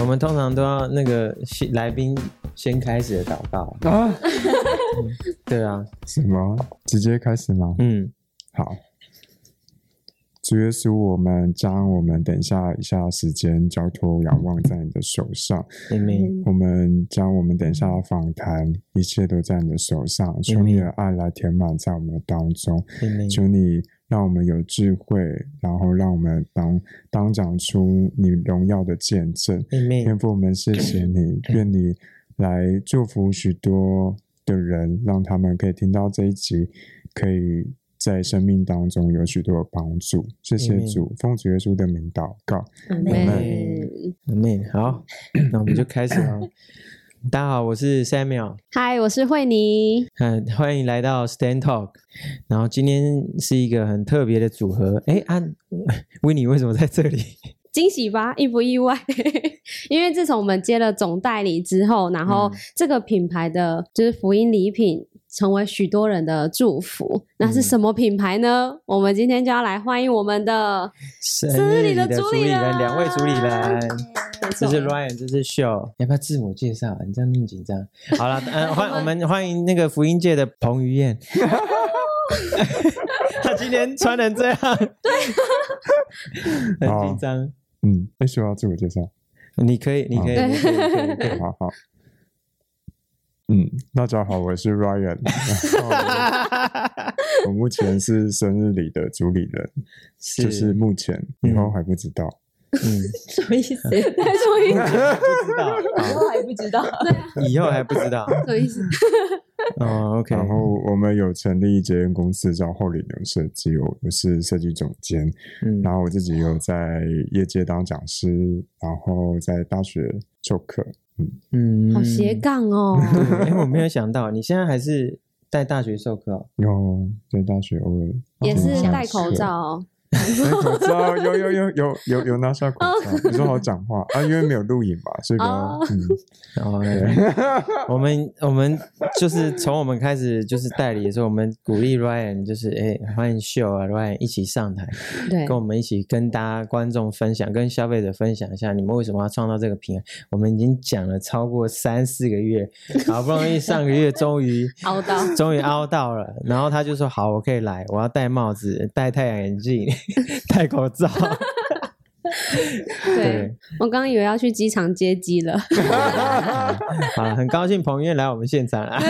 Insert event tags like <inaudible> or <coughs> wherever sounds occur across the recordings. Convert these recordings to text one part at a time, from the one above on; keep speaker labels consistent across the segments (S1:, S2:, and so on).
S1: 我们通常都要那个先来宾先开始的祷告。
S2: 啊？
S1: 对啊，
S2: 什么？直接开始吗？
S1: 嗯，
S2: 好，主耶稣，我们将我们等一下以下时间交托仰望在你的手上，
S1: 你们
S2: 我们将我们等一下的访谈，一切都在你的手上，求你的爱来填满在我们的当中，
S1: 你们
S2: 求你让我们有智慧，然后让我们当当讲出你荣耀的见证，
S1: 你
S2: 天
S1: 们
S2: 父，我们谢谢你，愿你来祝福许多的人，让他们可以听到这一集，可以在生命当中有许多的帮助。谢谢
S1: Amen
S2: 主，奉主耶稣的名祷告。
S1: Amen 你们好，那我们就开始哦。大家好，我是 Samuel，
S3: 嗨，我是惠妮。
S1: 嗯，欢迎来到 Stand Talk。然后今天是一个很特别的组合。哎，安、啊、维尼为什么在这里？
S3: 惊喜吧，意不意外？ <laughs> 因为自从我们接了总代理之后，然
S1: 哦嗯
S3: 后这个品牌的就是福音礼品成为许多人的祝福。那
S1: 嗯
S3: 是什么品牌呢？我们今天就要来欢迎我们的，
S1: 生
S3: 日
S1: 日
S3: 礼
S1: 里
S3: 的
S1: 的主
S3: 主
S1: 理
S3: 理
S1: 人，
S3: 人
S1: 两位主理人，
S3: 没
S1: 这
S3: 错 <laughs>
S1: 是 Ryan，这是 Show。要不要自我介绍啊？你这样那么紧张。 <laughs> 好了，嗯，欢我们欢迎那个福音界的彭于 <laughs> 晏。他今天穿成这样，对， <laughs> 很紧张。
S2: 嗯，那需要自我介绍。
S1: 你可以，你可以，
S2: 好
S1: 你可以你可以，你可以 <laughs>
S2: 好好。嗯，大家好，我是
S1: <laughs>
S2: Ryan，然后我我目前是生日礼的主理人，就是目前，以后还不知道。
S1: 嗯，
S4: 什么
S1: <laughs>
S4: 意思？
S3: 对什么意思？
S1: 不嗯知道，
S4: 以后还不知
S3: <laughs>
S1: 以
S4: 道。
S1: 后还不知道。
S3: 什么意思？
S1: <laughs> 哦，OK，
S2: <laughs> 然后我们有成立一间公司叫厚礼牛设计，我我是设计总监，
S1: 嗯，
S2: 然后我自己有在业界当讲师，然后在大学授课，
S1: 嗯，
S3: 好斜杠哦。
S1: 哎，我没有想到，你现在还是在大学授课哦。
S2: 有在大学偶尔
S3: 也
S2: 听
S3: 是
S2: 一下
S3: 戴口
S2: 课，
S3: 罩，哦
S2: 戴口罩，有有有有有有拿下口罩，你说好讲话啊，因为没有录影嘛，所以比较、
S3: 哦
S2: 嗯，
S1: 哦，我们我们就是从我们开始就是代理的时候，我们鼓励 Ryan 就是哎，欢迎秀啊，Ryan 一起上台，
S3: 对
S1: 跟我们一起跟大家观众分享，跟消费者分享一下你们为什么要创造这个平台。我们已经讲了超过三四个月，好不容易上个月终于
S3: 凹到
S1: 终于凹到了，然后他就说好，我可以来，我要戴帽子、戴太阳眼镜、戴口罩。
S3: <laughs> 对，我刚刚以为要去机场接机了，
S1: 好了，很高兴彭于晏来我们现场
S3: <laughs>
S1: 啊。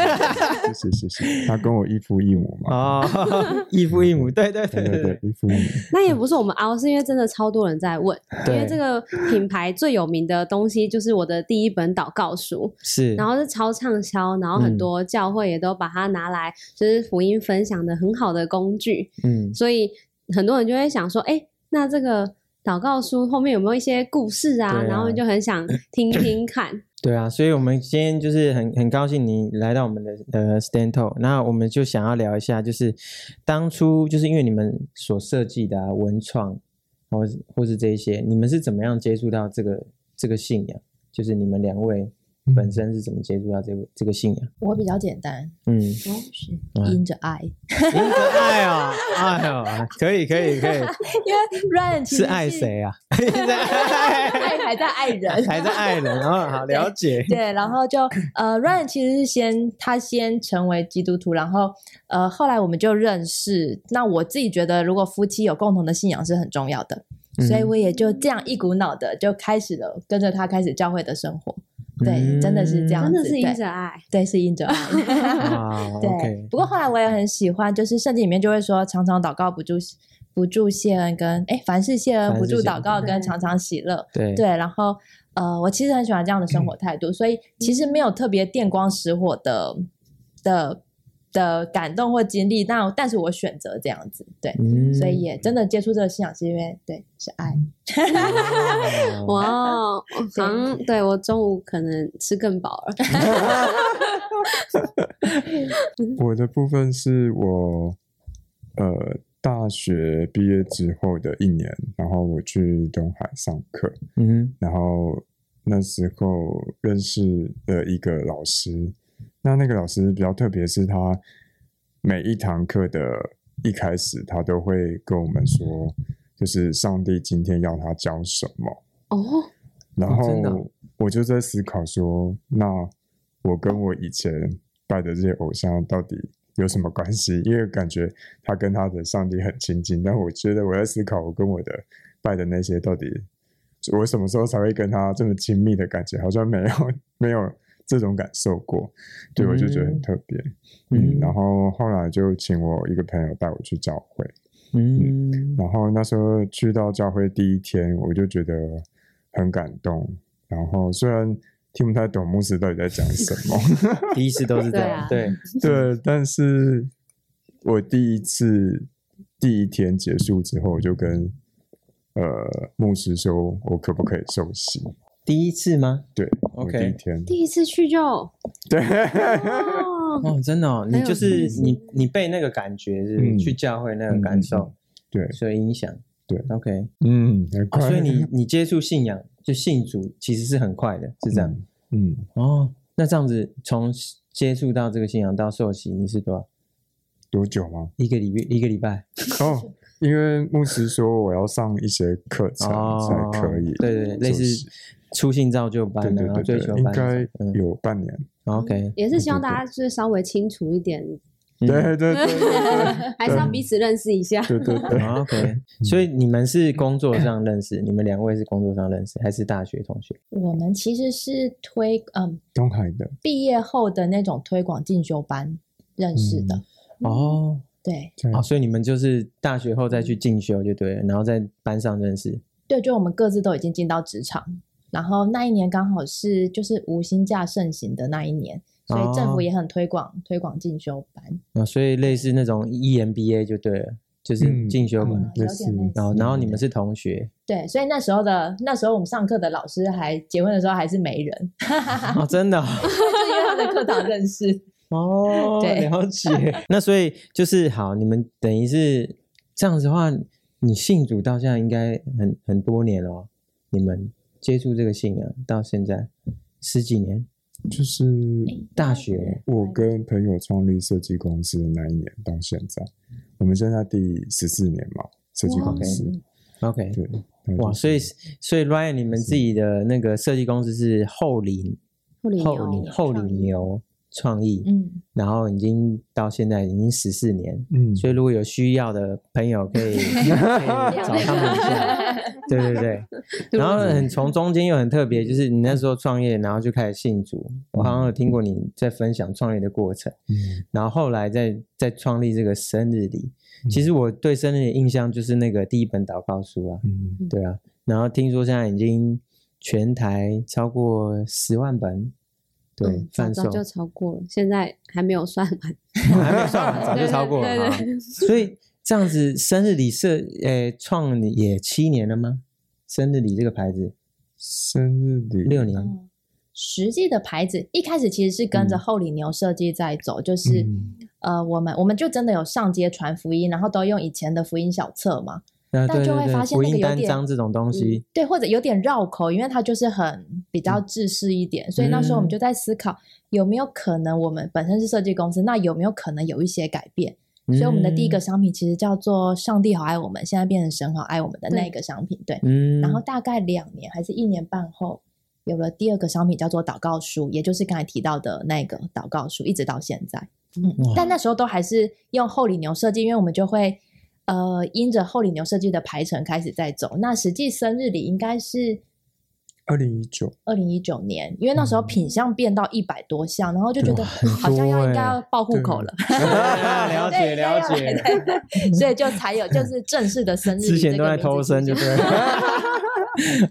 S2: 谢谢谢谢，他跟我一父一母嘛，
S1: 哦， <laughs> 异父异母，对对
S2: 对
S1: 对
S2: 对
S1: 对
S2: 对
S1: 对，，
S2: 一父一母，
S3: 那也不是我们凹，是因为真的超多人在问，因
S1: 嗯对
S3: 为这个品牌最有名的东西就是我的第一本祷告书，
S1: 是。嗯
S3: 然后是超畅销，然后很多教会也都把它拿来就是福音分享的很好的工具，
S1: 嗯，
S3: 所以很多人就会想说，哎，那这个祷告书后面有没有一些故事啊？
S1: 对啊
S3: 然后就很想听
S4: <coughs>
S3: 听看。
S1: 对啊，所以我们今天就是很很高兴你来到我们的呃 Stand Talk，那我们就想要聊一下，就是当初就是因为你们所设计的啊文创，或是或是这一些，你们是怎么样接触到这个这个信仰？就是你们两位
S4: 嗯
S1: 本身是怎么接触到这个这个信仰？
S4: 我比较简单， <laughs>
S1: 嗯，
S4: 我哦是
S1: 嗯
S4: 因着爱，
S1: 您可爱
S4: 啊
S1: 哦，哎呦， <laughs> 可以可以可
S4: <laughs>
S1: 以，
S4: 因为 Ryan 其实
S1: 是爱？谁啊？
S4: <laughs> 爱还在爱人，
S1: 还在爱人啊、好了解，
S4: 对，然后就呃，Ryan 其实是先他先成为基督徒，然后呃，后来我们就认识。那我自己觉得，如果夫妻有共同的信仰是很重要的，所以
S1: 嗯
S4: 我也就这样一股脑的就开始了跟着他开始教会的生活。对，真的是
S1: 嗯
S4: 这样
S3: 真
S4: 子，
S3: 的是因
S4: 对
S3: 着爱，
S4: 对，是因着 <laughs> 爱。
S1: 啊
S4: <laughs> 对
S1: ，OK，
S4: 不过后来我也很喜欢，就是圣经里面就会说，常常祷告不住不住谢恩跟哎，凡事谢恩
S1: 凡
S4: 不
S1: 事
S4: 住
S1: 谢
S4: 祷
S1: 恩
S4: 告跟
S3: 对
S4: 常常喜乐。
S1: 对嗯
S4: 对，然后呃，我其实很喜欢这样的生活态度，所以其实没有特别电光石火的的的感动或经历，那但是我选择这样子，对，
S1: 嗯
S4: 所以也真的接触这个信仰是因为对是爱，
S1: 嗯
S3: 哇
S4: <laughs>
S3: 哦，好像对我中午可能吃更饱了，
S2: 我的部分是我呃大学毕业之后的一年，然后我去东海上课，
S1: 嗯
S2: 然后那时候认识的一个老师，那那个老师比较特别，是他每一堂课的一开始，他都会跟我们说，就是上帝今天要他教什么，
S3: 哦，
S2: 然
S1: 哦真的
S2: 后
S1: 哦
S2: 我就在思考说，那我跟我以前拜的这些偶像到底有什么关系？因为感觉他跟他的上帝很亲近，但我觉得我在思考，我跟我的拜的那些到底，我什么时候才会跟他这么亲密的感觉？好像没有 <laughs> 没有这种感受过，对我就觉得很特别。嗯，
S1: 嗯
S2: 然后后来就请我一个朋友带我去教会，
S1: 嗯
S2: 然后那时候去到教会第一天，我就觉得很感动。然后虽然听不太懂牧师到底在讲什么， <laughs>
S1: 第一次都是这
S3: 对
S1: 样
S3: 啊，
S1: 对，<laughs>
S2: 对，但是我第一次第一天结束之后，我就跟呃牧师说，我可不可以受洗？
S1: 第一次吗？
S2: 对我
S1: OK
S2: 第一天，
S3: 第一次去就
S1: <laughs>
S2: 对，
S3: 哦，
S1: 哦，真的哦，你
S3: 有
S1: 就是
S3: 意思
S1: 你，你被那个感觉是不是
S2: 嗯
S1: 去教会那个感受
S2: <laughs> 对，
S1: 所以影响。
S2: 对
S1: ，OK，
S2: 嗯，很
S1: 啊
S2: 快
S1: 所以
S2: <laughs>
S1: 你你接触信仰就信主其实是很快的，是这样。
S2: 嗯，
S1: 哦，那这样子从接触到这个信仰到受洗，你是多少？
S2: 多久吗？
S1: 一个礼拜，一个礼拜 <laughs>
S2: 哦，因为牧师说我要上一些课程才
S1: 哦，
S2: 可以，
S1: 对对对，类似初信造就班啊，
S2: 对对
S1: 然后
S2: 对
S1: 追
S2: 对
S1: 求
S2: 对，
S1: 班那
S2: 应
S1: 种，
S2: 该
S1: 嗯
S2: 有半年。
S1: ，OK，
S3: 也是希望大家就是稍微清楚一点，
S1: 嗯
S2: 对对对对
S3: 还是要彼此认识一下。
S1: <laughs>
S2: 对对对，
S1: 哦 OK，所以你们是工作上认识，你们两位是工作上认识，还是大学同学？
S4: 我们其实是推嗯
S2: 东海的，
S4: 毕业后的那种推广进修班认识
S1: 嗯
S4: 的，
S1: 哦，
S4: 对
S2: 对
S1: 哦，所以你们就是大学后再去进修就对了，然后在班上认识。
S4: 对，就我们各自都已经进到职场，然后那一年刚好是就是无薪假盛行的那一年，所以政
S1: 哦
S4: 府也很推广、推广进修班，
S1: 啊、所以类似那种 E EMBA 就对了，就是
S2: 嗯
S1: 进修班，
S2: 嗯
S4: 有
S2: 类
S4: 点
S2: 似
S4: 类
S1: 然后然后你们是同学
S4: 对，所以那时候的那时候我们上课的老师还结婚的时候还是媒人， <laughs>
S1: 哦，真的哦
S4: 就是因为他的课堂认识，
S1: 哦，
S4: 对
S1: 了解。那所以就是好，你们等于是这样子的话，你信主到现在应该很很多年了哦，你们接触这个信仰到现在十几年，
S2: 就是
S1: 大学
S2: 我跟朋友创立设计公司的那一年到现在，我们现在第十四年嘛，设计公司，
S1: ，OK，
S2: 对，那就
S1: 哇，所以所以 Ryan 你们自己的那个设计公司是后里
S3: 后里
S1: 后里
S3: 牛
S1: 后里牛创意，
S4: <laughs> 嗯，
S1: 然后已经到现在已经十四年，
S2: 嗯，
S1: 所以如果有需要的朋友可以可以找他们一下，
S4: <laughs>
S3: <laughs>
S1: 对对对。然后很从中间又很特别，就是你那
S3: 嗯
S1: 时候创业，然后就开始信主。我好像有听过你在分享创业的过程，
S2: 嗯
S1: 然后后来再再创立这个生日礼。
S2: 嗯
S1: 其实我对生日的印象就是那个第一本祷告书啊，
S2: 嗯
S1: 对啊。然后听说现在已经全台超过十万本，对
S3: 嗯，早
S1: 贩
S3: 早
S1: 售
S3: 就超过了，现在还没有算完，
S1: 哦还没算完， <laughs> 早就超过了。
S3: 对对
S1: 哈所以这样子，生日礼社诶创也七年了吗？生日礼这个牌子
S2: 生日礼
S1: 六年，
S4: 嗯实际的牌子一开始其实是跟着
S1: 嗯
S4: 厚里牛设计在走，就是、
S2: 嗯
S4: 呃，我们我们就真的有上街传福音，然后都用以前的福音小册嘛，
S1: 那
S4: 但
S1: 对
S4: 就
S1: 对
S4: 会发
S1: 对，
S4: 现
S1: 福
S4: 那个
S1: 音
S4: 有
S1: 单
S4: 点嗯
S1: 张这种东西，
S4: 对，或者有点绕口，因为它就是很比较制式一点，所以那时候我们
S1: 嗯
S4: 就在思考，有没有可能我们本身是设计公司，那有没有可能有一些改变？所以我们的第
S1: 嗯
S4: 一个商品其实叫做“上帝好爱我们”，现在变成“神好爱我们”的那一个商品，对。
S1: 嗯，嗯，
S2: <laughs>
S4: 然后大概两年还是一年半后，有了第二个商品叫做祷告书，也就是刚才提到的那个祷告书，一直到现在。嗯
S1: 哇，
S4: 但那时候都还是用厚里牛设计，因为我们就会呃因着厚里牛设计的排程开始在走。那实际生日礼应该是
S2: 二零一九，
S4: 二零一九年，因为那时候品相变到一百多项，然后就觉得
S1: 哇嗯很
S4: 好像要
S1: 多
S4: 应该
S1: 欸
S4: 要报户口了，
S1: 啊了解了，解
S4: 对应该，要对对所以就才有就是正式的生日礼
S1: <laughs> 之前
S4: 这
S1: 都
S4: 个
S1: 在
S4: 名字
S1: 偷
S4: 出
S1: 生就
S4: 现
S1: 对
S4: <laughs>
S1: 了。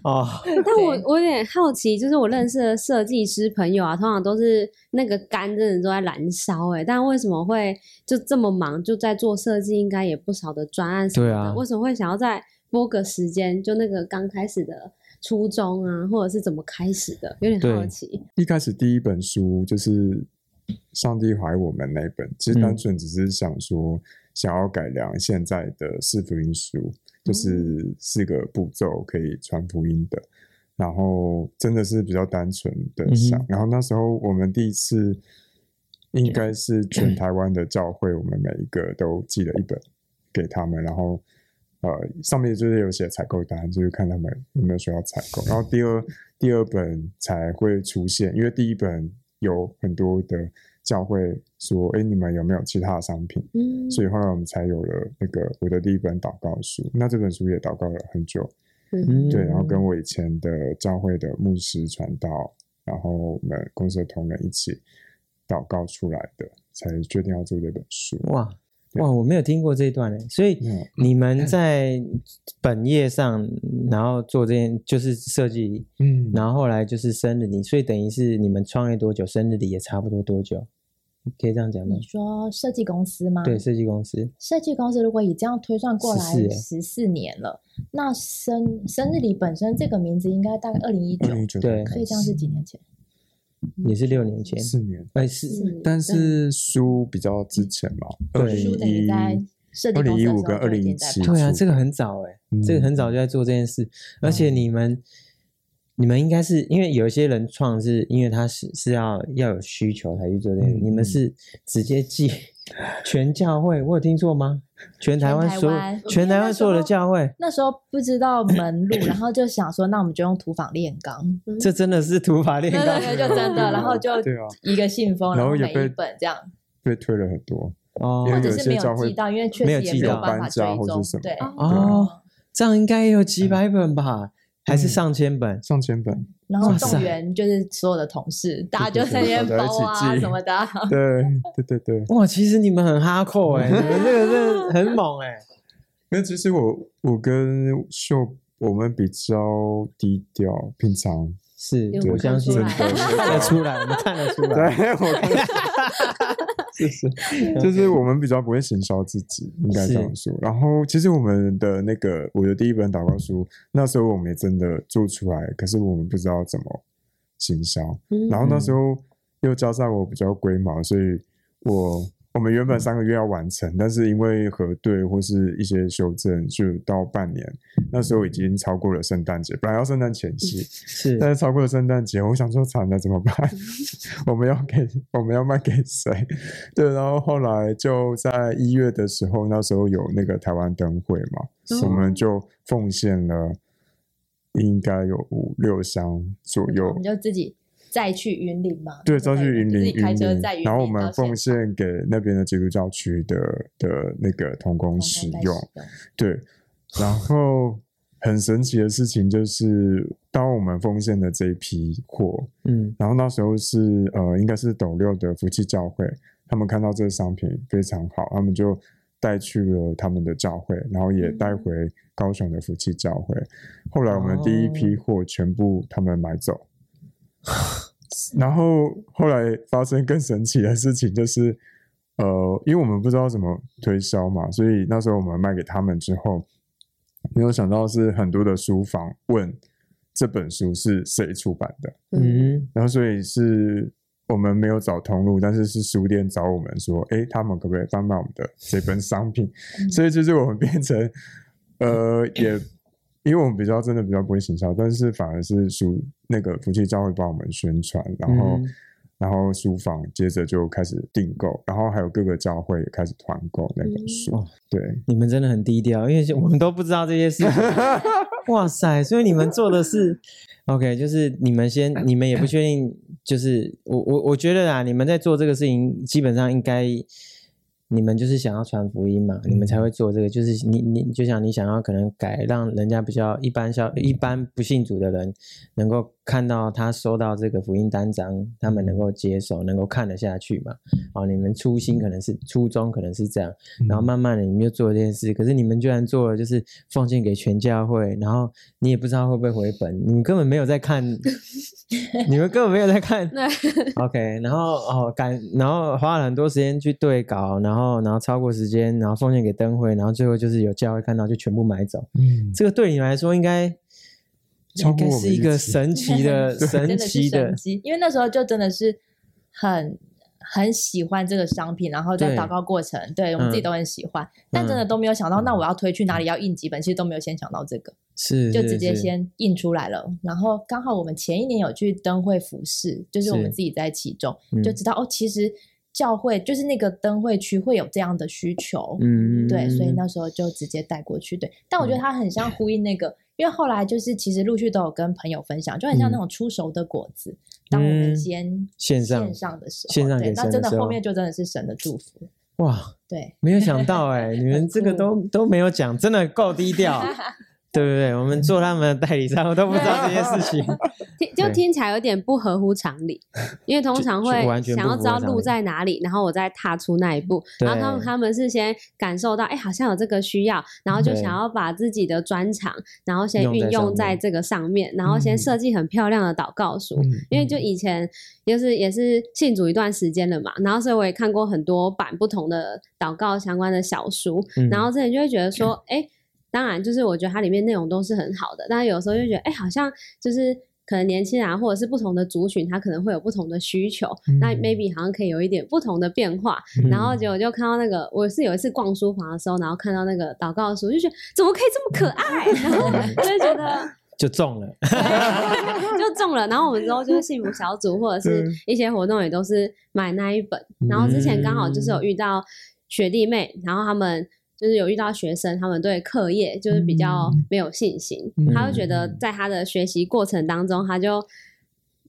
S1: <laughs> 哦，
S3: 但我
S4: 对
S3: 我有点好奇，就是我认识的设计师朋友啊，通常都是那个肝真的都在燃烧哎、但为什么会就这么忙，就在做设计，应该也不少的专案什么的，
S1: 对啊
S3: 为什么会想要在播个时间，就那个刚开始的初衷啊，或者是怎么开始的，有点好
S1: 对
S3: 奇。
S2: 一开始第一本书就是《上帝怀我们》那一本，其实单纯只是想说，想要改良现在的四福音书，就是四个步骤可以传福音的。然后真的是比较单纯的想，
S1: 嗯哼
S2: 然后那时候我们第一次应
S1: <clears throat>
S2: 该是全台湾的教会，我们每一个都寄了一本给他们，然后呃，上面就是有写采购单，就是看他们有没有需要采购。然后第二第二本才会出现，因为第一本有很多的教会说，哎，你们有没有其他的商品？
S3: 嗯
S2: 所以后来我们才有了那个我的第一本祷告书。那这本书也祷告了很久，
S1: 嗯
S2: 对，然后跟我以前的教会的牧师传道，然后我们公司的同仁一起祷告出来的，才决定要做这本书。
S1: 哇
S2: 对
S1: 哇，我没有听过这一段诶，欸所以
S2: 嗯
S1: 你们在本业上，然后做这件就是设计，
S2: 嗯
S1: 然后后来就是生日礼，所以等于是你们创业多久，生日礼也差不多多久，可以这样讲吗
S4: 你？说设计公司吗？
S1: 对，设计公司，
S4: 设计公司如果以这样推算过来，
S1: 14
S4: 十四年了。那生生日礼本身这个名字应该大概二零一九
S2: 二，零一九
S1: 对
S4: 所以这样是几年前？
S1: 也是六年前，
S2: 四年，
S1: 哎是
S4: 嗯
S2: 但是书比较之前嘛，二
S1: 对
S2: 零
S4: 书等于
S2: 一
S4: 在设计
S2: 二
S4: 公
S2: 零
S4: 司的
S2: 一
S4: 时
S2: 五
S4: 候
S2: 跟二
S4: 就
S2: 零
S4: 已
S2: 一
S4: 经在
S2: 七，
S4: 跑
S1: 对啊，这个很早哎、
S2: 嗯
S1: 这个很早就在做这件事，而且你们、你们应该是因为有一些人创是因为他是是要要有需求才去做这件事，
S2: 嗯
S1: 你们是直接寄全教会，我有听错吗？全台湾
S4: 全台
S1: 所有
S4: 湾
S1: 全台湾所有的教会，
S4: 那时候不知道门路，然后就想说，那我们就用土法炼钢，
S1: 这真的是土法炼
S4: 对
S1: 钢
S4: 对对，就真的，然后就
S2: 对啊
S4: 一个信封，
S2: 然
S4: 然
S2: 后
S4: 后
S2: 也
S4: 每
S2: 被
S4: 一本这样，
S2: 被推了很多，
S1: 哦
S2: 因为
S4: 或
S2: 有
S4: 者
S2: 些
S4: 是没
S2: 教
S4: 有
S2: 会
S4: 寄到，因为确
S1: 没有
S4: 实也
S1: 寄
S4: 没有
S1: 到
S4: 办法
S2: 搬家
S4: 追
S2: 或是
S4: 踪
S2: 什么，
S4: 对，
S1: 哦，这样应该也有几百本吧，还
S2: 嗯
S1: 是上千本？
S2: 上千本，
S4: 然后
S1: 哇塞
S4: 动员就是所有的同事，大
S2: 对
S4: 家就在那边
S2: 对对大
S4: 包
S2: 家一起
S4: 啊
S2: 寄
S4: 什么
S2: <laughs>
S4: 的啊，
S2: 对对对对。
S1: 哇，其实你们很哈扣哎，你们这个真的很猛哎、
S2: 那其实我我跟秀我们比较低调，平常 <laughs>
S1: 是
S3: 有
S1: 我
S3: 看
S1: 相信
S3: 出
S1: 真
S3: 来
S1: 的看得出来，我们看得出
S2: <laughs>
S1: 来。
S2: 对我看，就是就是我们比较不会行销自己，应该这样说。然后其实我们的那个我的第一本祷告书，那时候我们也真的做出来，可是我们不知道怎么行销。
S3: 嗯
S2: 然后那时候又加上我比较龟毛，所以我我们原本三个月要完成，但是因为核对或是一些修正，就到半年。那时候已经超过了圣诞节，本来要圣诞前夕，
S1: 是
S2: 但是超过了圣诞节，我想说惨了怎
S4: <laughs>
S2: 么办？我们要给我们要卖给谁？ <laughs> 对，然后后来就在一月的时候，那时候有那个台湾灯会嘛，我
S4: 哦
S2: 们就奉献了。应该有五六箱左右
S4: <laughs> 我，们就自己再去云林嘛，
S2: 对，
S4: 哦就
S2: 招去云
S4: 自
S2: 林，
S4: 己
S2: 云
S4: 开车
S2: 林
S4: 在云，林，
S2: 然后我们奉献给那边的基督教区的的那个童工使用，对，然后很神奇的事情就是，当我们奉献的这一批货，
S1: 嗯
S2: 然后那时候是呃，应该是斗六的福气教会，他们看到这个商品非常好，他们就带去了他们的教会，然后也带回高雄的福气教会。后来我们第一批货全部他们买走，然后后来发生更神奇的事情就是。呃，因为我们不知道怎么推销嘛，所以那时候我们卖给他们之后，没有想到是很多的书房问这本书是谁出版的，
S1: 嗯，
S2: 然后所以是我们没有找通路，但是是书店找我们说，诶，他们可不可以贩卖我们
S1: <laughs>
S2: 的这本商品？
S1: 嗯
S2: 所以就是我们变成，呃，也因为我们比较真的比较不会行销，但是反而是书那个夫妻教会帮我们宣传，然后、
S1: 嗯
S2: 然后书房接着就开始订购，然后还有各个教会也开始团购那本书，
S1: 嗯哇
S2: 对。
S1: 你们真的很低调，因为我们都不知道这些事情。哇塞，所以你们做的是 OK，就是你们先，你们也不确定，就是我我我觉得啊，你们在做这个事情，基本上应该。你们就是想要传福音嘛，你们才会做这个。就是你你就像你想要可能改，让人家比较一般消一般不信主的人能够看到他收到这个福音单张，他们能够接受，能够看得下去嘛。哦，你们初心可能是初衷可能是这样，然后慢慢的你们就做了这件事，可是你们居然做了就是奉献给全教会，然后你也不知道会不会回本，你们根本没有在 <laughs> 看，你们根本没有在看，OK，然后哦感，然后花了很多时间去对稿，然后然后超过时间，然后奉献给灯会，然后最后就是有教会看到就全部买走，
S2: 嗯，
S1: 这个对你来说应该
S2: 超
S1: 应
S2: 过
S1: 该
S2: 我们
S1: 是一
S2: 预
S1: 个
S2: 期
S1: 神奇的
S4: <laughs>
S1: 神
S4: 真的是
S1: 奇的
S4: 神，奇，因为那时候就真的是很很喜欢这个商品，然后在
S1: 对
S4: 祷告过程，对我们自己
S1: 嗯
S4: 都很喜欢，但真的
S2: 嗯
S4: 都没有想到，那我要推去哪里，要印几本，其实都没有先想到这个，
S1: 是
S4: 就是直接
S1: 是
S4: 先印出来了。然后刚好我们前一年有去灯会服饰，就是我们
S1: 是
S4: 自己在其中
S1: 嗯
S4: 就知道哦，其实教会就是那个灯会区会有这样的需求，
S1: 嗯，
S4: 对，所以那时候就直接带过去。对，但我觉得它很像呼应那个，因为后来就是其实陆续都有跟朋友分享，就很像那种出熟的果子。当我们先
S1: 嗯线上
S4: 线上的时候，
S1: 线上
S4: 对
S1: 给神
S4: 那
S1: 的
S4: 真的
S1: 时候
S4: 后面就真的是神的祝福。
S1: 哇，
S4: 对，
S1: 没有想到哎、你们
S3: <laughs>
S1: 这个
S3: 嗯
S1: 都都没有讲，真的够低调，对不对？我们做他们的代理商，我都不知道这些事情。
S3: 听就
S1: 对
S3: 听起来有点不合乎常
S1: <laughs>
S3: 理，因为通常
S1: 就
S3: 会
S1: 完全
S3: 想
S1: 不
S3: 要
S1: 符
S3: 知
S1: 合
S3: 道
S1: 常
S3: 路
S1: 理
S3: 在哪里，然后我再踏出那一步。 <laughs> 然后他们
S1: 对
S3: 他们是先感受到，哎，好像有这个需要，然后就
S1: 对
S3: 想要把自己的专长，然后先
S1: 用
S3: 运
S1: 在
S3: 用
S1: 上
S3: 在
S1: 面嗯
S3: 这个上面，然后先设计很漂亮的祷告书。因为就以前就是也是信主一段时间了嘛，然后所以我也看过很多版不同的祷告相关的小书，
S1: 嗯
S3: 然后这里就会觉得说，哎、当然就是我觉得它里面内容都是很好的，但是有时候就觉得，哎、好像就是可能年轻人啊，或者是不同的族群，他可能会有不同的需求，那
S1: 嗯
S3: maybe 好像可以有一点不同的变化。然后结果就看到那个，我是有一次逛书房的时候，然后看到那个祷告书，就觉得怎么可以这么可爱， <laughs> 然后就会觉得。
S1: 就中了，
S3: <laughs> 就中了。然后我们之后就是幸福小组或者是
S1: 嗯
S3: 一些活动也都是买那一本。然后之前刚好就是有遇到学弟妹，然后他们。就是有遇到学生，他们对课业就是比较没有信心，
S1: 嗯
S3: 他就觉得在他的学习过程当中，他就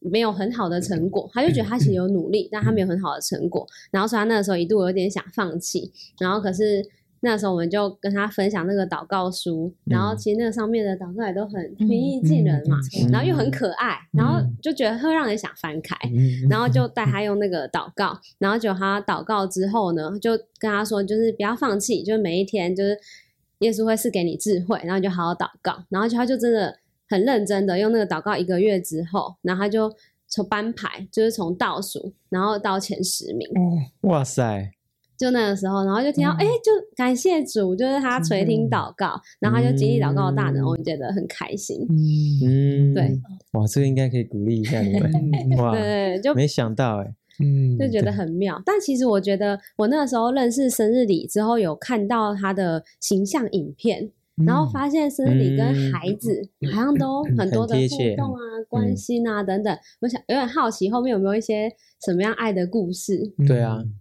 S3: 没有很好的成果，他就觉得他其实有努力，但他没有很好的成果，然后所以他那个时候一度有点想放弃，然后可是那时候我们就跟他分享那个祷告书，然后其实那个上面的祷告也都很平易近人嘛，
S1: 嗯
S3: 然后又很可爱，然后就觉得会让人想翻开，哎然后就带他用那个祷告，然后就他祷告之后呢，就跟他说，就是不要放弃，就是每一天就是耶稣会赐给你智慧，然后你就好好祷告，然后就他就真的很认真的用那个祷告一个月之后，然后他就从班排就是从倒数，然后到前十名，
S1: <laughs> 哇塞，
S3: 就那个时候，然后就听到，
S1: 嗯
S3: 哎、就感谢主，就是他垂听祷告，然后他就经历祷告的大能，
S1: 嗯
S3: 我觉得很开心。
S1: 嗯，
S3: 对，
S1: 哇，这个应该可以鼓励一下你
S3: <laughs>
S1: 们，哇，
S3: 对，就
S1: 没想到哎、
S2: 嗯
S3: 就觉得很妙。但其实我觉得，我那个时候认识生日礼之后，有看到他的形象影片，
S1: 嗯
S3: 然后发现生日礼跟孩子好像都很多的
S1: 很贴
S3: 互
S1: 切嗯
S3: 动啊、关心啊等等。我想有点好奇，后面有没有一些什么样爱的故事？
S1: 对啊
S2: 嗯。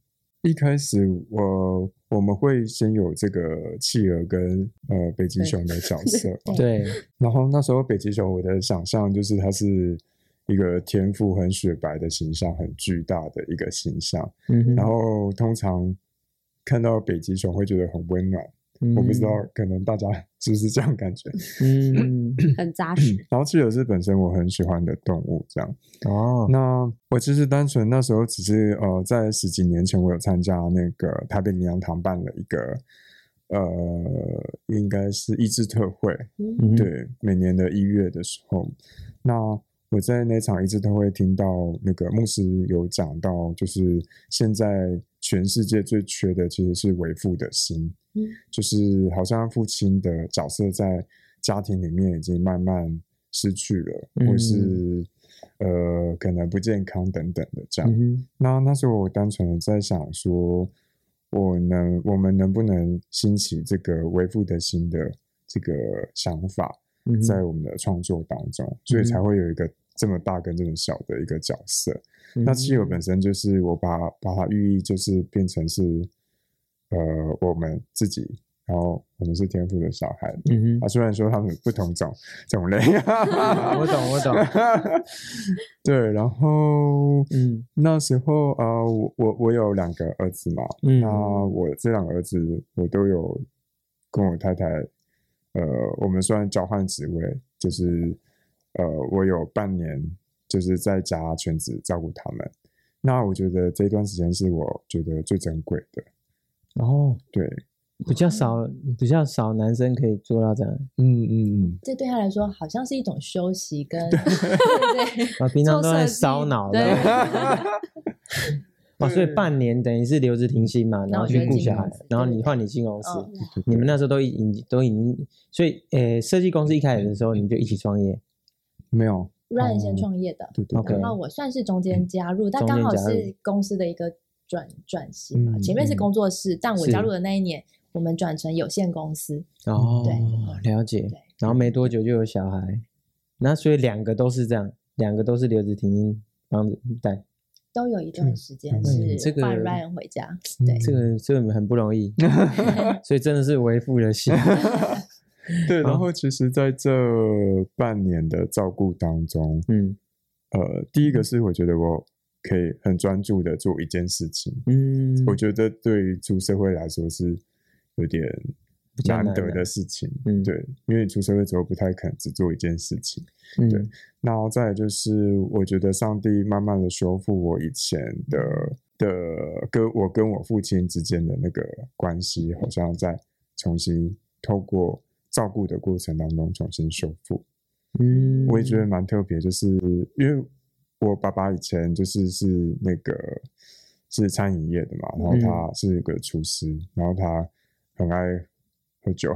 S2: 一开始我我们会先有这个企鹅跟呃北极熊的角色，
S1: 对，
S2: 然后那时候北极熊我的想象就是它是一个天赋很雪白的形象，很巨大的一个形象。
S1: 嗯哼
S2: 然后通常看到北极熊会觉得很温暖，我不知道，可能大家 <laughs> 是不是这样感觉。 <laughs>
S1: 嗯，
S3: 很扎实。
S2: 然后企鹅是本身我很喜欢的动物，这样。
S1: 哦，
S2: 那我其实单纯那时候只是呃，在十几年前我有参加那个台北领养堂办了一个呃，应该是益智特会，
S3: 嗯
S1: 嗯，
S2: 对，每年的一月的时候，那我在那场一直都会听到那个牧师有讲到，就是现在全世界最缺的其实是为父的心，
S3: 嗯
S2: 就是好像父亲的角色在家庭里面已经慢慢失去了，
S3: 嗯
S2: 或是呃可能不健康等等的这样。
S1: 嗯
S2: 那那时候我单纯的在想说，我能我们能不能兴起这个为父的心的这个想法，
S1: 哼，嗯
S2: 在
S1: 哼
S2: 我们的创作当中，所以才会有一个这么大跟这么小的一个角色。
S1: 嗯
S2: 那汽油本身就是我把把它寓意就是变成是，呃，我们自己，然后我们是天赋的小孩。
S1: 嗯
S2: 啊，虽然说他们不同种种类，
S1: <laughs> 哼，我懂，我懂，
S2: <laughs> 对，然后
S1: 嗯
S2: 那时候呃，我我我有两个儿子嘛，
S1: 嗯
S2: 那我这两个儿子我都有跟我太太，呃，我们虽然交换职位，就是呃，我有半年就是在家全职照顾他们。那我觉得这段时间是我觉得最珍贵的，
S1: 哦，
S2: 对，
S1: 比较少，比较少男生可以做到这样。
S2: 嗯嗯嗯，
S4: 这对他来说好像是一种休息
S1: <laughs>
S4: 跟对对
S1: 啊，平常都在
S3: 做设计
S1: 烧脑
S3: 对
S1: 的。啊，所以
S2: 对
S1: 半年等于是留职停薪嘛，然后去顾小孩
S2: 然后
S4: 就进公司，
S1: 然后你换你进公司，
S4: 哦
S2: 对
S1: 你们那时候都已经都已经，所以呃，设计公司一开始的时候你们就一起创业，
S2: 没有，
S4: ，Ryan 先创业的，
S2: 对对对
S1: OK 嗯
S4: 然后我算是中间加入，但
S1: 中间
S4: 刚好
S1: 加入
S4: 是公司的一个转转型嘛，
S2: 嗯
S4: 前面是工作室，但我
S1: 是
S4: 加入的那一年，我们转成有限公司，
S1: 哦，
S4: 对
S1: 了解
S4: 对，
S1: 然后没多久就有小孩，那所以两个都是这样，两个都是留职停薪帮着带，
S4: 都有一段时间
S2: 嗯
S1: 嗯这
S4: 是
S1: 个嗯
S4: 换 Ryan 回家，对
S1: 这个这个很不容
S2: <laughs>
S1: 易，所以真的是为父的心。
S2: <laughs> 对，嗯然后其实在这半年的照顾当中，
S1: 嗯
S2: 呃，第一个是我觉得我可以很专注的做一件事情，
S1: 嗯，
S2: 我觉得对于出社会来说是有点
S1: 比较
S2: 难
S1: 难
S2: 得
S1: 啊
S2: 的事情，
S1: 嗯
S2: 对，因为你出社会之后不太可能只做一件事情。
S1: 嗯
S2: 对然后再来就是，我觉得上帝慢慢的修复我以前的的跟我跟我父亲之间的那个关系，好像在重新透过照顾的过程当中重新修复。
S1: 嗯，
S2: 我也觉得蛮特别，就是因为我爸爸以前就是是那个是餐饮业的嘛，然后
S1: 嗯
S2: 他是个厨师，然后他很爱喝酒，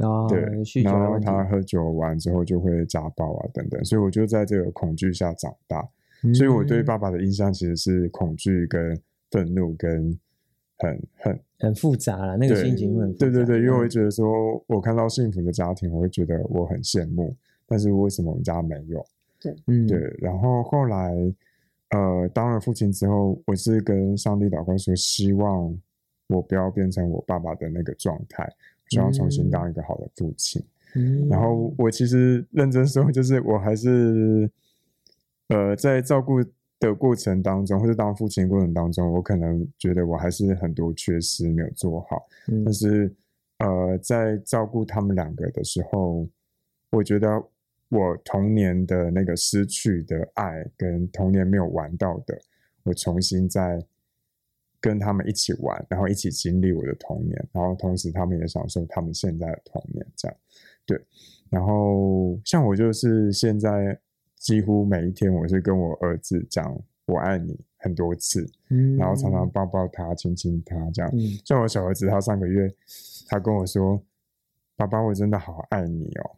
S1: 哦，
S2: 对，
S1: 酗酒
S2: 然
S1: 的
S2: 后
S1: 问题，
S2: 他喝酒完之后就会家暴啊等等，所以我就在这个恐惧下长大，所以我对
S1: 嗯
S2: 爸爸的印象其实是恐惧跟愤怒跟很很
S1: 很复杂了，那个
S2: 对
S1: 心情会很复杂
S2: 对对对，因为我会觉得说，我看到幸福的家庭，我会觉得我很羡慕，但是为什么我们家没有？
S1: 嗯
S2: 对，然后后来，呃，当了父亲之后，我是跟上帝祷告说，希望我不要变成我爸爸的那个状态，希望重新当一个好的父亲。
S1: 嗯
S2: 然后我其实认真说，就是我还是，呃，在照顾的过程当中，或者当父亲的过程当中，我可能觉得我还是很多缺失没有做好。
S1: 嗯
S2: 但是呃，在照顾他们两个的时候，我觉得我童年的那个失去的爱跟童年没有玩到的，我重新再跟他们一起玩，然后一起经历我的童年，然后同时他们也享受他们现在的童年，这样对。然后像我就是现在几乎每一天，我是跟我儿子讲“我爱你”很多次，
S1: 嗯
S2: 然后常常抱抱他、亲亲他这样。
S1: 嗯
S2: 像我小儿子，他上个月他跟我说：“爸爸，我真的好爱你哦。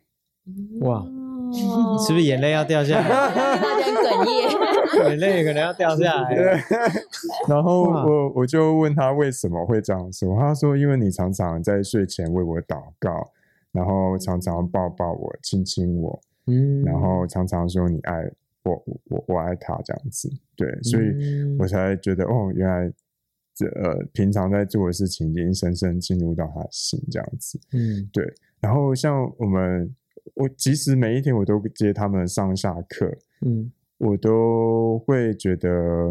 S1: 哇，
S4: 哦
S1: <laughs> 是不是眼泪要掉下来？
S2: <laughs>
S4: 大家哽
S1: <laughs>
S4: 咽，
S1: 眼泪可能要掉下来了。
S2: 然后
S1: 哇
S2: 我我就问他为什么会这样说，他说：“因为你常常在睡前为我祷告，然后常常抱抱我、亲亲我，
S1: 嗯
S2: 然后常常说你爱我，我我我爱他这样子。”对，所以
S1: 嗯
S2: 我才觉得哦，原来这呃平常在做的事情已经深深进入到他的心这样子。
S1: 嗯
S2: 然后像我们，我即使每一天我都接他们上下课，
S1: 嗯
S2: 我都会觉得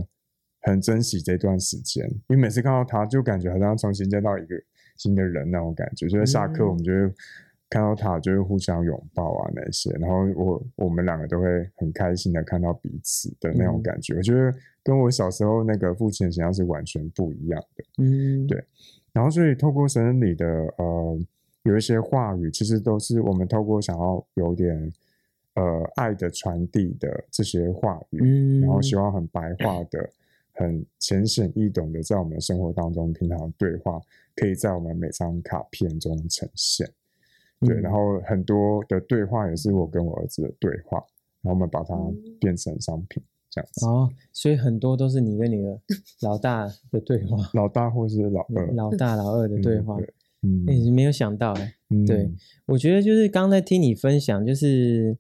S2: 很珍惜这段时间，因为每次看到他，就感觉好像重新见到一个新的人那种感觉。就是下课
S1: 嗯
S2: 我们就会看到他，就会互相拥抱啊那些，然后我我们两个都会很开心的看到彼此的那种
S1: 嗯
S2: 感觉。我觉得跟我小时候那个父亲的形象是完全不一样的。
S1: 嗯
S2: 对然后所以透过神恩里的呃有一些话语，其实都是我们透过想要有点呃爱的传递的这些话语，
S1: 嗯，
S2: 然后希望很白话的、很浅显易懂的，在我们生活当中平常的对话，可以在我们每张卡片中呈现。对，
S1: 嗯
S2: 然后很多的对话也是我跟我儿子的对话，然后我们把它变成商品这样子。
S1: 哦，所以很多都是你跟你的老大的对话，
S2: 老大或是老二，
S1: 老大老二的对话，
S2: 嗯，
S1: 哎，没有想到哎。
S2: 嗯，
S1: 对我觉得就是刚才听你分享，就是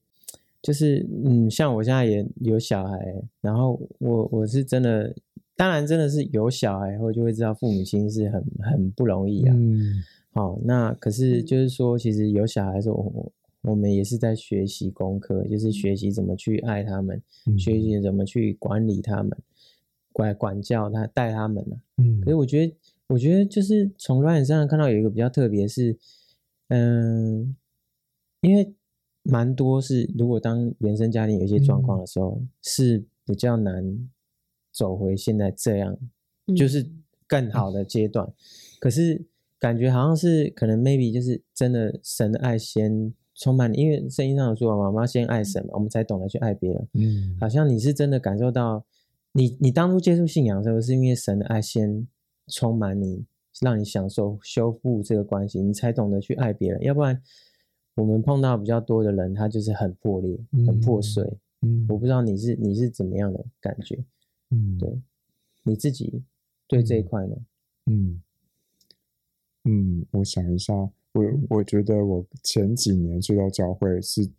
S1: 就是嗯，像我现在也有小孩，然后我我是真的，当然真的是有小孩后就会知道父母亲是很很不容易啊。
S2: 嗯，
S1: 好、那可是就是说，其实有小孩的时候，我我我们也是在学习功课，就是学习怎么去爱他们，
S2: 嗯
S1: 学习怎么去管理他们，管管教他，带他们啊。
S2: 嗯
S1: 可是我觉得，我觉得就是从 Ryan 身上看到有一个比较特别是，嗯，因为蛮多是如果当原生家庭有一些状况的时候，是比较难走回现在这样，
S3: 嗯
S1: 就是更好的阶段。可是感觉好像是可能 maybe 就是真的神的爱先充满你，因为圣经上有说嘛，我们要先爱神嘛，我们才懂得去爱别人。
S2: 嗯
S1: 好像你是真的感受到你，你当初接触信仰的时候，是因为神的爱先充满你，让你享受修复这个关系，你才懂得去爱别人。要不然，我们碰到比较多的人，他就是很破裂、很破
S2: 嗯
S1: 碎。
S2: 嗯
S1: 我不知道你是你是怎么样的感觉，
S2: 嗯
S1: 对你自己对这一
S2: 嗯
S1: 块呢？
S2: 嗯嗯，我想一下，我我觉得我前几年去到教会是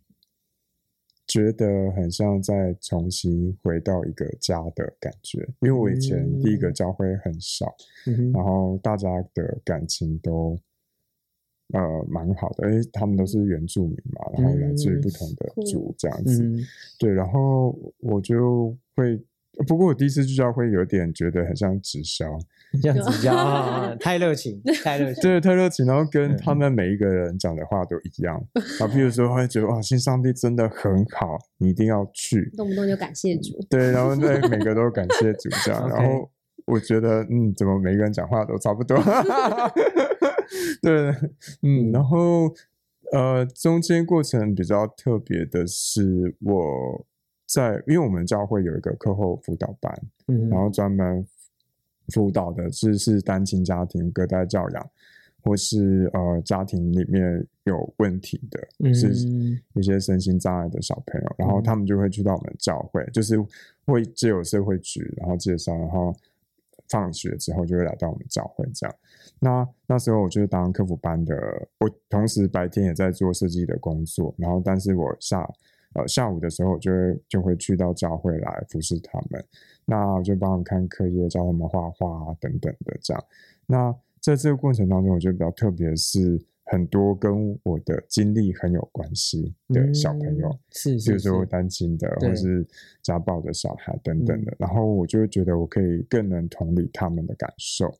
S2: 觉得很像在重新回到一个家的感觉。因为我以前
S1: 嗯
S2: 第一个教会很少，
S1: 嗯哼
S2: 然后大家的感情都呃蛮好的，因为他们都是原住民嘛，然后来自于不同的族这样子。
S1: 嗯
S2: 对，然后我就会，不过我第一次去教会有点觉得很像直销，
S1: 这
S2: <laughs>
S1: 样子叫、啊太热情，太热情。
S2: 对，太热情，然后跟
S1: 嗯
S2: 他们每一个人讲的话都一样。啊，比如说会觉得哇，信上帝真的很好，你一定要去。
S3: 动不动就感谢主，
S2: 对，然
S1: <laughs>
S2: 后对每个都感谢主这样，
S1: OK
S2: 然后我觉得嗯，怎么每个人讲话都
S1: <laughs>
S2: 差不多， <laughs> 对，嗯，然后呃，中间过程比较特别的是我在，因为我们教会有一个课后辅导班，
S1: 嗯
S2: 然后专门辅导的是是单亲家庭、隔代教养，或是呃家庭里面有问题的，是
S1: 嗯
S2: 一些身心障碍的小朋友，然后
S1: 嗯
S2: 他们就会去到我们教会，就是会借由社会局，然后介绍，然后放学之后就会来到我们教会这样。那那时候我就是当客服班的，我同时白天也在做设计的工作，然后但是我下呃下午的时候，我就会就会去到教会来服侍他们，那我就帮他们看课业，教他们画画、啊、等等的这样。那在这个过程当中，我觉得比较特别的是很多跟我的经历很有关系的小朋友，
S1: 嗯是
S2: 比
S1: 是
S2: 如
S1: 是，
S2: 说单亲的，
S1: 对嗯
S2: 或是家暴的小孩等等的。然后我就会觉得我可以更能同理他们的感受。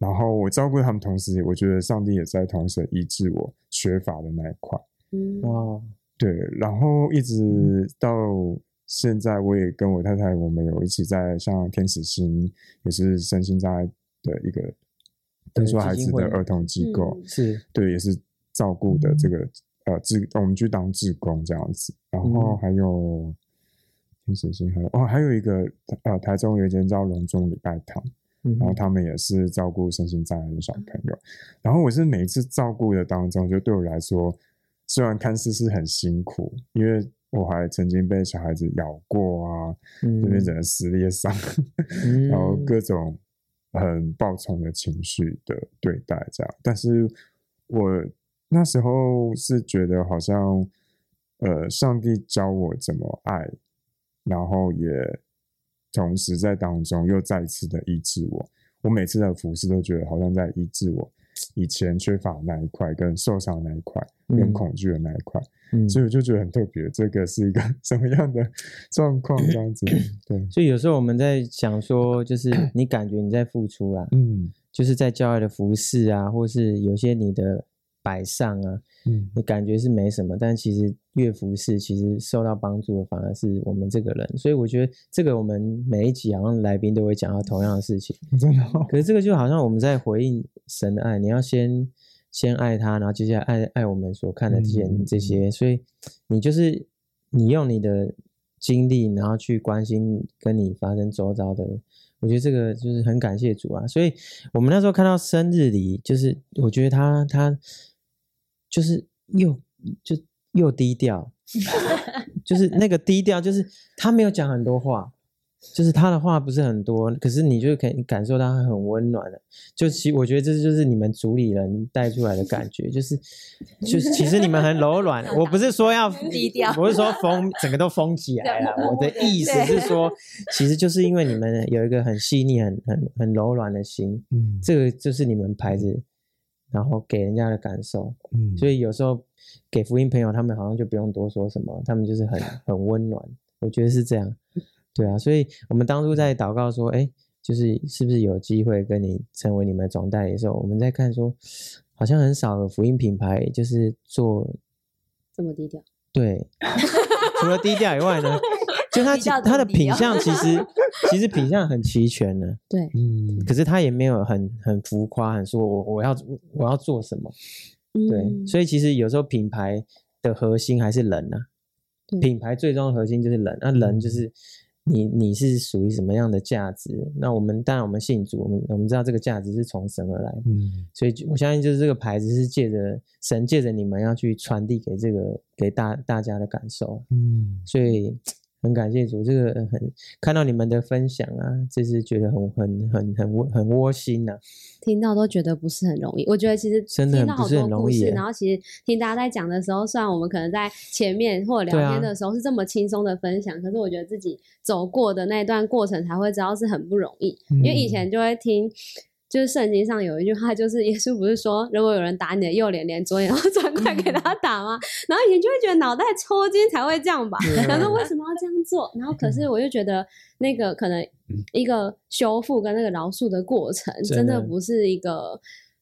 S2: 然后我照顾他们，同时我觉得上帝也在同时医治我缺乏的那一块。
S3: 嗯，
S2: 哦
S1: 哇，
S2: 对，然后一直
S1: 嗯
S2: 到现在，我也跟我太太，我们有一起在像天使心，也是身心障碍的一个特殊孩
S1: 基
S2: 子
S1: 金会嗯
S2: 的儿童机构，
S1: 是
S2: 对，也是照顾的
S1: 嗯
S2: 这个呃志，我们去当志工这样子，然后
S1: 嗯
S2: 还有。天使心还有哦，还有一个呃，台中有一间叫隆中礼拜堂，
S1: 嗯
S2: 然后他们也是照顾身心障碍的小朋友。然后我是每一次照顾的当中，就对我来说，虽然看似是很辛苦，因为我还曾经被小孩子咬过啊，
S1: 嗯
S2: 这边整个撕裂伤， <laughs>
S1: 嗯
S2: 然后各种很暴冲的情绪的对待这样。但是我那时候是觉得好像，呃，上帝教我怎么爱，然后也同时在当中又再次的医治我。我每次的服侍都觉得好像在医治我以前缺乏的那一块、跟受伤的那一块、跟
S1: 嗯
S2: 恐惧的那一块，
S1: 嗯
S2: 所以我就觉得很特别。这个是一个 <laughs> 什么样的状况？这样子，
S1: 嗯
S2: 对，
S1: 所以有时候我们在想说，就是
S2: <clears throat>
S1: 你感觉你在付出啊，
S2: 嗯
S1: 就是在教爱的服饰啊，或是有些你的摆上啊，
S2: 嗯
S1: 你感觉是没什么，但其实越服饰，其实受到帮助的反而是我们这个人。所以我觉得这个我们每一集好像来宾都会讲到同样的事情，
S2: 真的哦、
S1: 可是这个就好像我们在回应神的爱，你要先先爱他，然后接下来爱爱我们所看得
S2: 嗯嗯
S1: 见
S2: 嗯
S1: 这些，所以你就是你用你的经历，然后去关心跟你发生周遭的人。我觉得这个就是很感谢主啊，所以我们那时候看到生日礼，就是我觉得他他就是又就又低调，就是那个低调，就是他没有讲很多话，就是他的话不是很多，可是你就可以感受到他很温暖的。就其我觉得这就是你们主理人带出来的感觉，就是就是其实你们很柔软。我不是说要
S4: 低调
S1: 我不是说封整个都封起来了。
S4: 对
S1: 我的意思是说，其实就是因为你们有一个很细腻、很很很柔软的心，
S2: 嗯
S1: 这个就是你们牌子，然后给人家的感受。
S2: 嗯
S1: 所以有时候给福音朋友，他们好像就不用多说什么，他们就是很很温暖，我觉得是这样，对啊，所以我们当初在祷告说，哎，就是是不是有机会跟你成为你们的总代理的时候，我们在看说，好像很少有福音品牌就是做
S3: 这么低调，
S1: 对，除了低调以外呢，就它
S4: 低
S1: 其
S4: 调怎
S1: 它的
S4: 么低
S1: 品
S4: 调
S1: 相其实其实品相很齐全呢，
S3: 对，
S2: 嗯
S1: 可是它也没有很很浮夸，很说我我要我要做什么，
S3: 嗯
S1: 对，所以其实有时候品牌的核心还是人呐、
S3: 对
S1: 品牌最终的核心就是人，那人就是你，你是属于什么样的价值？那我们当然我们信主，我们我们知道这个价值是从神而来，
S2: 嗯
S1: 所以就我相信就是这个牌子是借着神借着你们要去传递给这个给大大家的感受，
S2: 嗯
S1: 所以很感谢主，这个很看到你们的分享啊，就是觉得很很很很窝很窝心啊呐、
S3: 听到都觉得不是很容易。我觉得其实
S1: 真的
S3: 听到
S1: 很
S3: 好
S1: 不是
S3: 多
S1: 很容
S3: 故
S1: 易
S3: 事，
S1: 耶
S3: 然后其实听大家在讲的时候，虽然我们可能在前面或者
S1: 对
S3: 聊
S1: 啊
S3: 天的时候是这么轻松的分享，可是我觉得自己走过的那一段过程才会知道是很不容易。因为以
S1: 嗯
S3: 前就会听，就是圣经上有一句话，就是耶稣不是说，如果有人打你的右脸，连左眼要 <laughs> 转过来给他
S1: 嗯
S3: 打吗？然后以前就会觉得脑袋抽筋才会这样吧，
S1: 啊
S3: 然后为什么要这样做？然后可是我就觉得那个可能
S1: 嗯
S3: 一个修复跟那个饶恕的过程，
S1: 真
S3: 真
S1: 的
S3: 的不是一个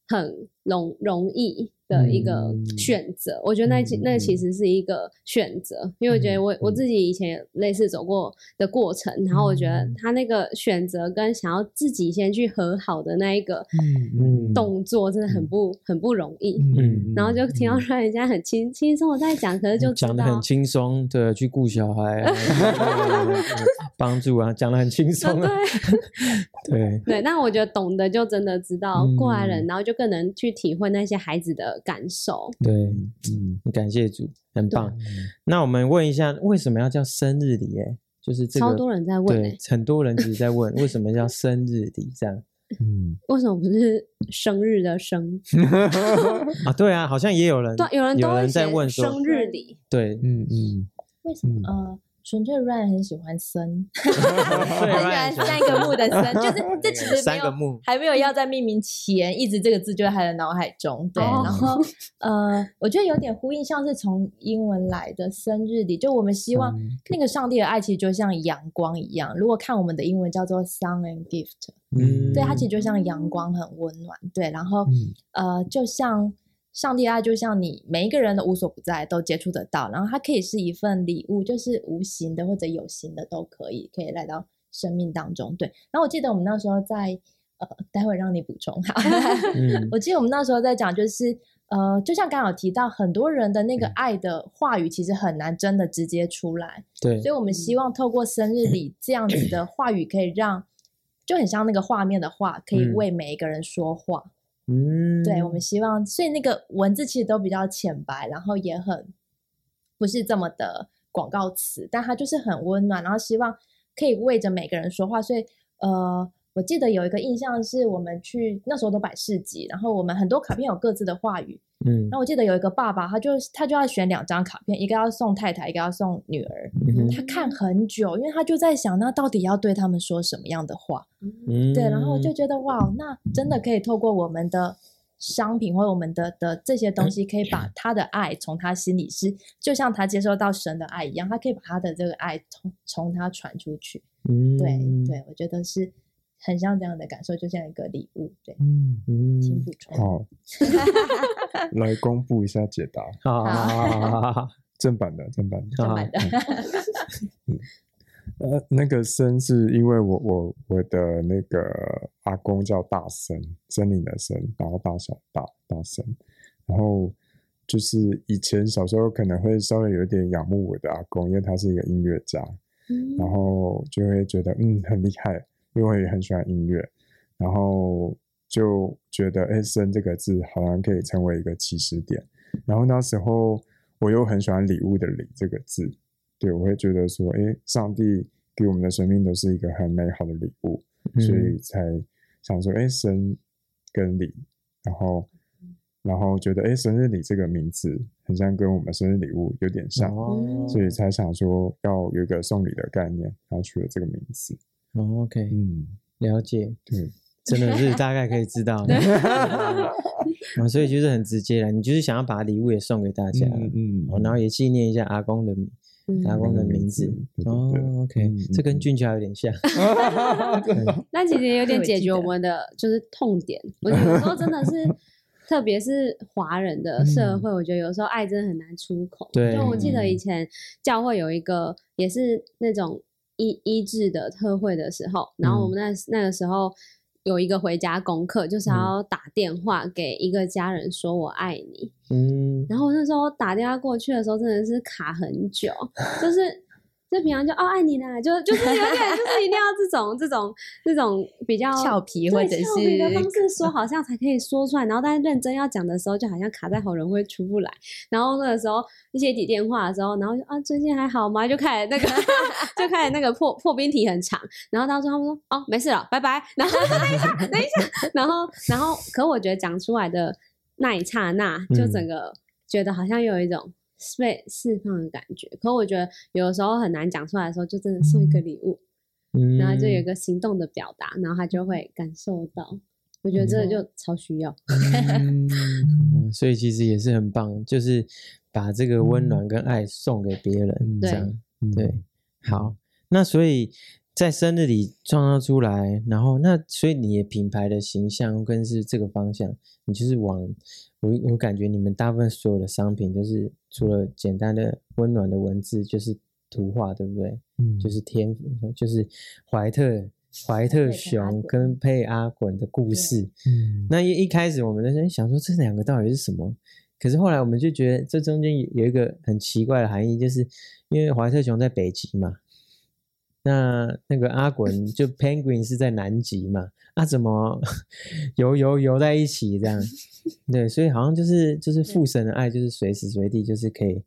S3: 很容容易的一个
S1: 嗯
S3: 选择。我觉得那其那其实是一个选择，因为我
S1: 嗯
S3: 觉得我我自己以前也类似走过的过程，然后我觉
S1: 嗯
S3: 得他那个选择跟想要自己先去和好的那一个
S1: 嗯
S3: 动作，真的很不很不容易。
S1: 嗯，
S3: 然后就听到让人家很轻轻松的在讲，可是就知
S1: 讲的
S3: 道
S1: 很轻松，对，去顾小孩、
S4: <laughs>
S1: 啊，帮助啊，讲的很轻松啊，对，
S3: 对，那我觉得懂得就真的知道过来人，
S1: 嗯
S3: 然后就更能去体会那些孩子的感受。
S1: 对，
S2: 嗯，
S1: 感谢主，很棒。那我们问一下，为什么要叫生日礼？哎，就是这个，
S3: 超多人在问、
S1: 对
S3: 欸，，
S1: 很多人其实在问为什么叫生日礼这样
S2: 嗯，
S3: 为什么不是生日的生？
S1: 啊？对啊，好像也有人，
S3: 对，有人都
S1: 有
S3: 会
S1: 人在
S3: 写
S1: 问说
S3: 生日礼，
S4: <laughs>
S1: 对，
S2: 嗯嗯，
S4: 为什么？
S2: 嗯
S4: 呃，纯粹 Ryan 很喜欢森，
S1: 很
S4: 很喜欢三个木的森， <laughs> 就是这其实没
S1: 三个
S4: 有
S1: 木，
S4: 还没有要在命名前，一直这个字就在他的脑海中。对，
S3: 哦
S4: 然后呃，我觉得有点呼应，像是从英文来的生日里，就我们希望那个上帝的爱其实就像阳光一样。如果看我们的英文叫做 sun and gift，
S1: 嗯，
S4: 对，它其实就像阳光，很温暖。对，然后
S2: 嗯
S4: 呃，就像上帝的爱，就像你每一个人都无所不在，都接触得到。然后它可以是一份礼物，就是无形的或者有形的都可以，可以来到生命当中。对，然后我记得我们那时候在呃，待会让你补充好。
S1: 嗯，
S4: 我记得我们那时候在讲，就是呃，就像刚好提到，很多人的那个爱的话语其实很难真的直接出来， <laughs>
S1: 对
S4: 所以我们希望透过生日礼这样子的话语，可以让就很像那个画面的话，可以
S1: 嗯
S4: 为每一个人说话。
S1: 嗯，
S4: 对，我们希望，所以那个文字其实都比较浅白，然后也很不是这么的广告词，但它就是很温暖，然后希望可以为着每个人说话。所以，呃，我记得有一个印象是我们去那时候都摆市集，然后我们很多卡片有各自的话语，
S1: 嗯
S4: 然后我记得有一个爸爸，他就他就要选两张卡片，一个要送太太，一个要送女儿。
S1: 嗯
S4: 他看很久，因为他就在想，那到底要对他们说什么样的话？
S1: 嗯
S4: 对，然后我就觉得哇，那真的可以透过我们的商品或者我们的的这些东西，可以把他的爱从他心里是，就像他接收到神的爱一样，他可以把他的这个爱从从他传出去。
S1: 嗯
S4: 对、对，我觉得是很像这样的感受，就像一个礼物。对，
S2: 嗯，
S4: 请
S1: 嗯，
S4: 补
S2: <laughs>
S4: 充。
S2: 好，来公布一下解答，
S1: 好好好好好好，
S2: 正版的，正版的。
S4: 正版的，
S2: 呃，那个森是因为我我我的那个阿公叫大森，森林的森，然后大小大大森，然后就是以前小时候可能会稍微有点仰慕我的阿公，因为他是一个音乐家，
S4: <laughs>
S2: 然后就会觉得嗯很厉害，因为我也很喜欢音乐，然后就觉得哎森这个字好像可以成为一个起始点，然后那时候我又很喜欢礼物的礼这个字，对，我会觉得说，诶，上帝给我们的生命都是一个很美好的礼物，
S1: 嗯
S2: 所以才想说，诶，生跟礼，然后，然后觉得，诶，生日礼这个名字很像跟我们生日礼物有点像，
S1: 哦，
S2: 所以才想说要有一个送礼的概念，然后取了这个名字。
S1: 哦 OK，
S2: 嗯，
S1: 了解，
S2: 对，
S1: <laughs> 真的是大概可以知道， <laughs> 啊，所以就是很直接了，你就是想要把礼物也送给大家，
S2: 嗯
S1: 哦然后也纪念一下阿公的名
S3: 嗯
S1: 阿公的名字
S2: 嗯对对，对
S1: 哦，OK，
S2: 嗯嗯
S1: 这跟俊俏有点
S2: <laughs>
S1: 像，
S3: 那其实也有点
S4: 对
S3: 解
S4: 记
S3: 决我
S4: 得
S3: 们的就是痛
S1: <laughs>
S3: 点。我觉得有时候真的是，特别是华人的社会，我觉得有时候爱真的很难出口。
S1: 嗯对
S3: 就我记得以
S2: 嗯
S3: 前教会有一个也是那种医医治的特会的时候，然后我们
S1: 嗯
S3: 那、那个时候。有一个回家功课，就是要打电话给一个家人说“我爱你”，
S1: 嗯，
S3: <laughs> 然后我那时候打电话过去的时候，真的是卡很久，就是就就平常就哦爱你啦，就就是有点就是一定要这种这种这种比较
S5: 俏皮
S3: 对
S5: 或者嗯
S3: 俏皮的方
S5: 是
S3: 式说，好像才可以说出来。然后但是认真要讲的时候，就好像卡在喉咙会出不来。然后那个时候一些底电话的时候，然后就啊最近还好吗？就开始那个 <laughs> 就开始那个破破冰题很长。然后到时候他们说哦没事了，拜拜。然后 <laughs> 等一下等一下，然后然后可我觉得讲出来的那一刹那，就
S5: 嗯
S3: 整个觉得好像有一种。被释放的感觉，可我觉得有的时候很难讲出来的时候，就真的送一个礼物，
S1: 嗯
S3: 然后就有一个行动的表达，然后他就会感受到。我觉得这个就超需要， <laughs>
S1: 嗯哦所以其实也是很棒，就是把这个温暖跟爱送给别人，这
S3: 对
S1: 样
S2: 嗯
S1: 对。好，那所以在生日里创造出来，然后那所以你的品牌的形象跟是这个方向，你就是往我我感觉你们大部分所有的商品都是除了简单的温暖的文字，就是图画，对不对？
S2: 嗯
S1: 就是天赋，就是怀特怀
S4: 佩
S1: 特
S4: 啊跟阿
S1: 熊
S4: 滚
S1: 跟佩阿滚的故事。
S2: 嗯
S1: 那一一开始我们在那想说这两个到底是什么，可是后来我们就觉得这中间有有一个很奇怪的含义，就是因为怀特熊在北极嘛，那那个阿滚就 penguin 是在南极嘛，啊怎么游游游在一起这样？对，所以好像就是就是父神的爱，就是随时随地就是可以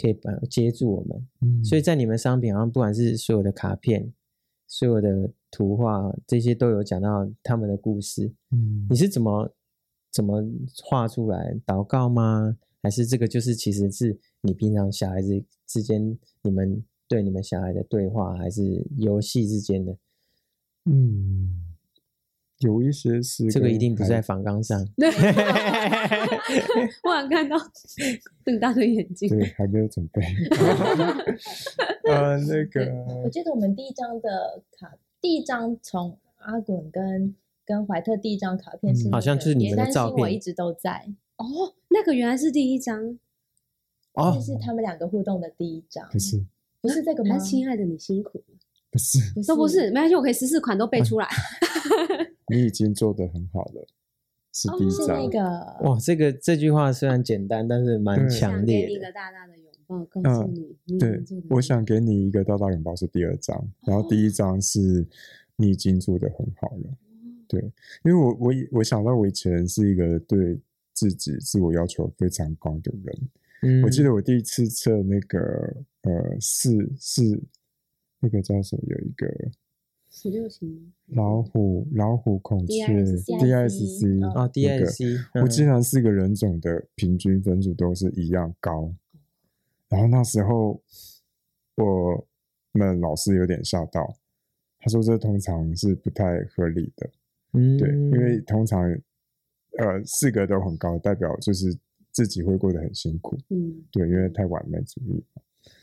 S1: 可以把接住我们，
S2: 嗯
S1: 所以在你们商品好像不管是所有的卡片、所有的图画这些都有讲到他们的故事。
S2: 嗯
S1: 你是怎么怎么画出来？祷告吗？还是这个就是其实是你平常小孩子之间你们对你们小孩的对话，还是游戏之间的？
S2: 嗯，有一些是
S1: 这个
S2: 跟
S1: 一定不 <laughs>
S2: 孩
S1: 在房纲上。
S3: 对，我想看到瞪大的眼睛，
S2: 对，还没有准
S1: <laughs>
S2: 备。呃，那
S4: 对我
S2: 个，
S4: 记得我们第一张的卡，第一张从阿滚跟跟怀特第一张卡片是、
S2: 嗯
S4: 那
S1: 好像
S4: 个
S1: 就是你
S4: 别
S1: 们的
S4: 担
S1: 照
S4: 心我
S1: 片
S4: 一直都在，
S3: 哦，那个原来是第一张，
S4: 这
S1: 哦，
S4: 是他们两个互动的第一张，
S2: 不是
S4: 不是这个吗
S3: 那？亲爱的你辛苦了，
S2: 不是，
S3: 都不是，没关系，我可以十四款都
S2: 啊
S3: 背出来，
S2: 你已经做得很好了，是啊第一
S4: 哦是
S2: 张
S4: 那。
S2: 嗯
S4: 个
S1: 哇，这个这句话虽然简单，但是蛮
S2: 对
S1: 强
S3: 想给你
S1: 烈
S3: 一
S1: 的。
S3: 个大大的拥抱，告诉
S2: 嗯
S3: 你，你
S2: 对
S3: 能做得，
S2: 我
S3: 到
S2: 想给你一个大大拥抱是第二张，然后第一张是你已经做得很好了。对，因为我我以我想到我以前是一个对自己自我要求非常高的人，
S1: 嗯
S2: 我记得我第一次测那个呃四四那个叫什么有一个
S3: 十六型吗
S2: 老虎老虎孔雀
S3: DISC
S2: DISC
S4: 嗯
S1: 哦
S2: 那个
S1: ，DIC，
S2: 我竟然四个人种的平均分数都是一样高。然后那时候我们老师有点吓到，他说这通常是不太合理的，
S1: 嗯
S2: 对，因为通常呃四个都很高，代表就是自己会过得很辛苦，
S3: 嗯，
S2: 对，因为太完美主义。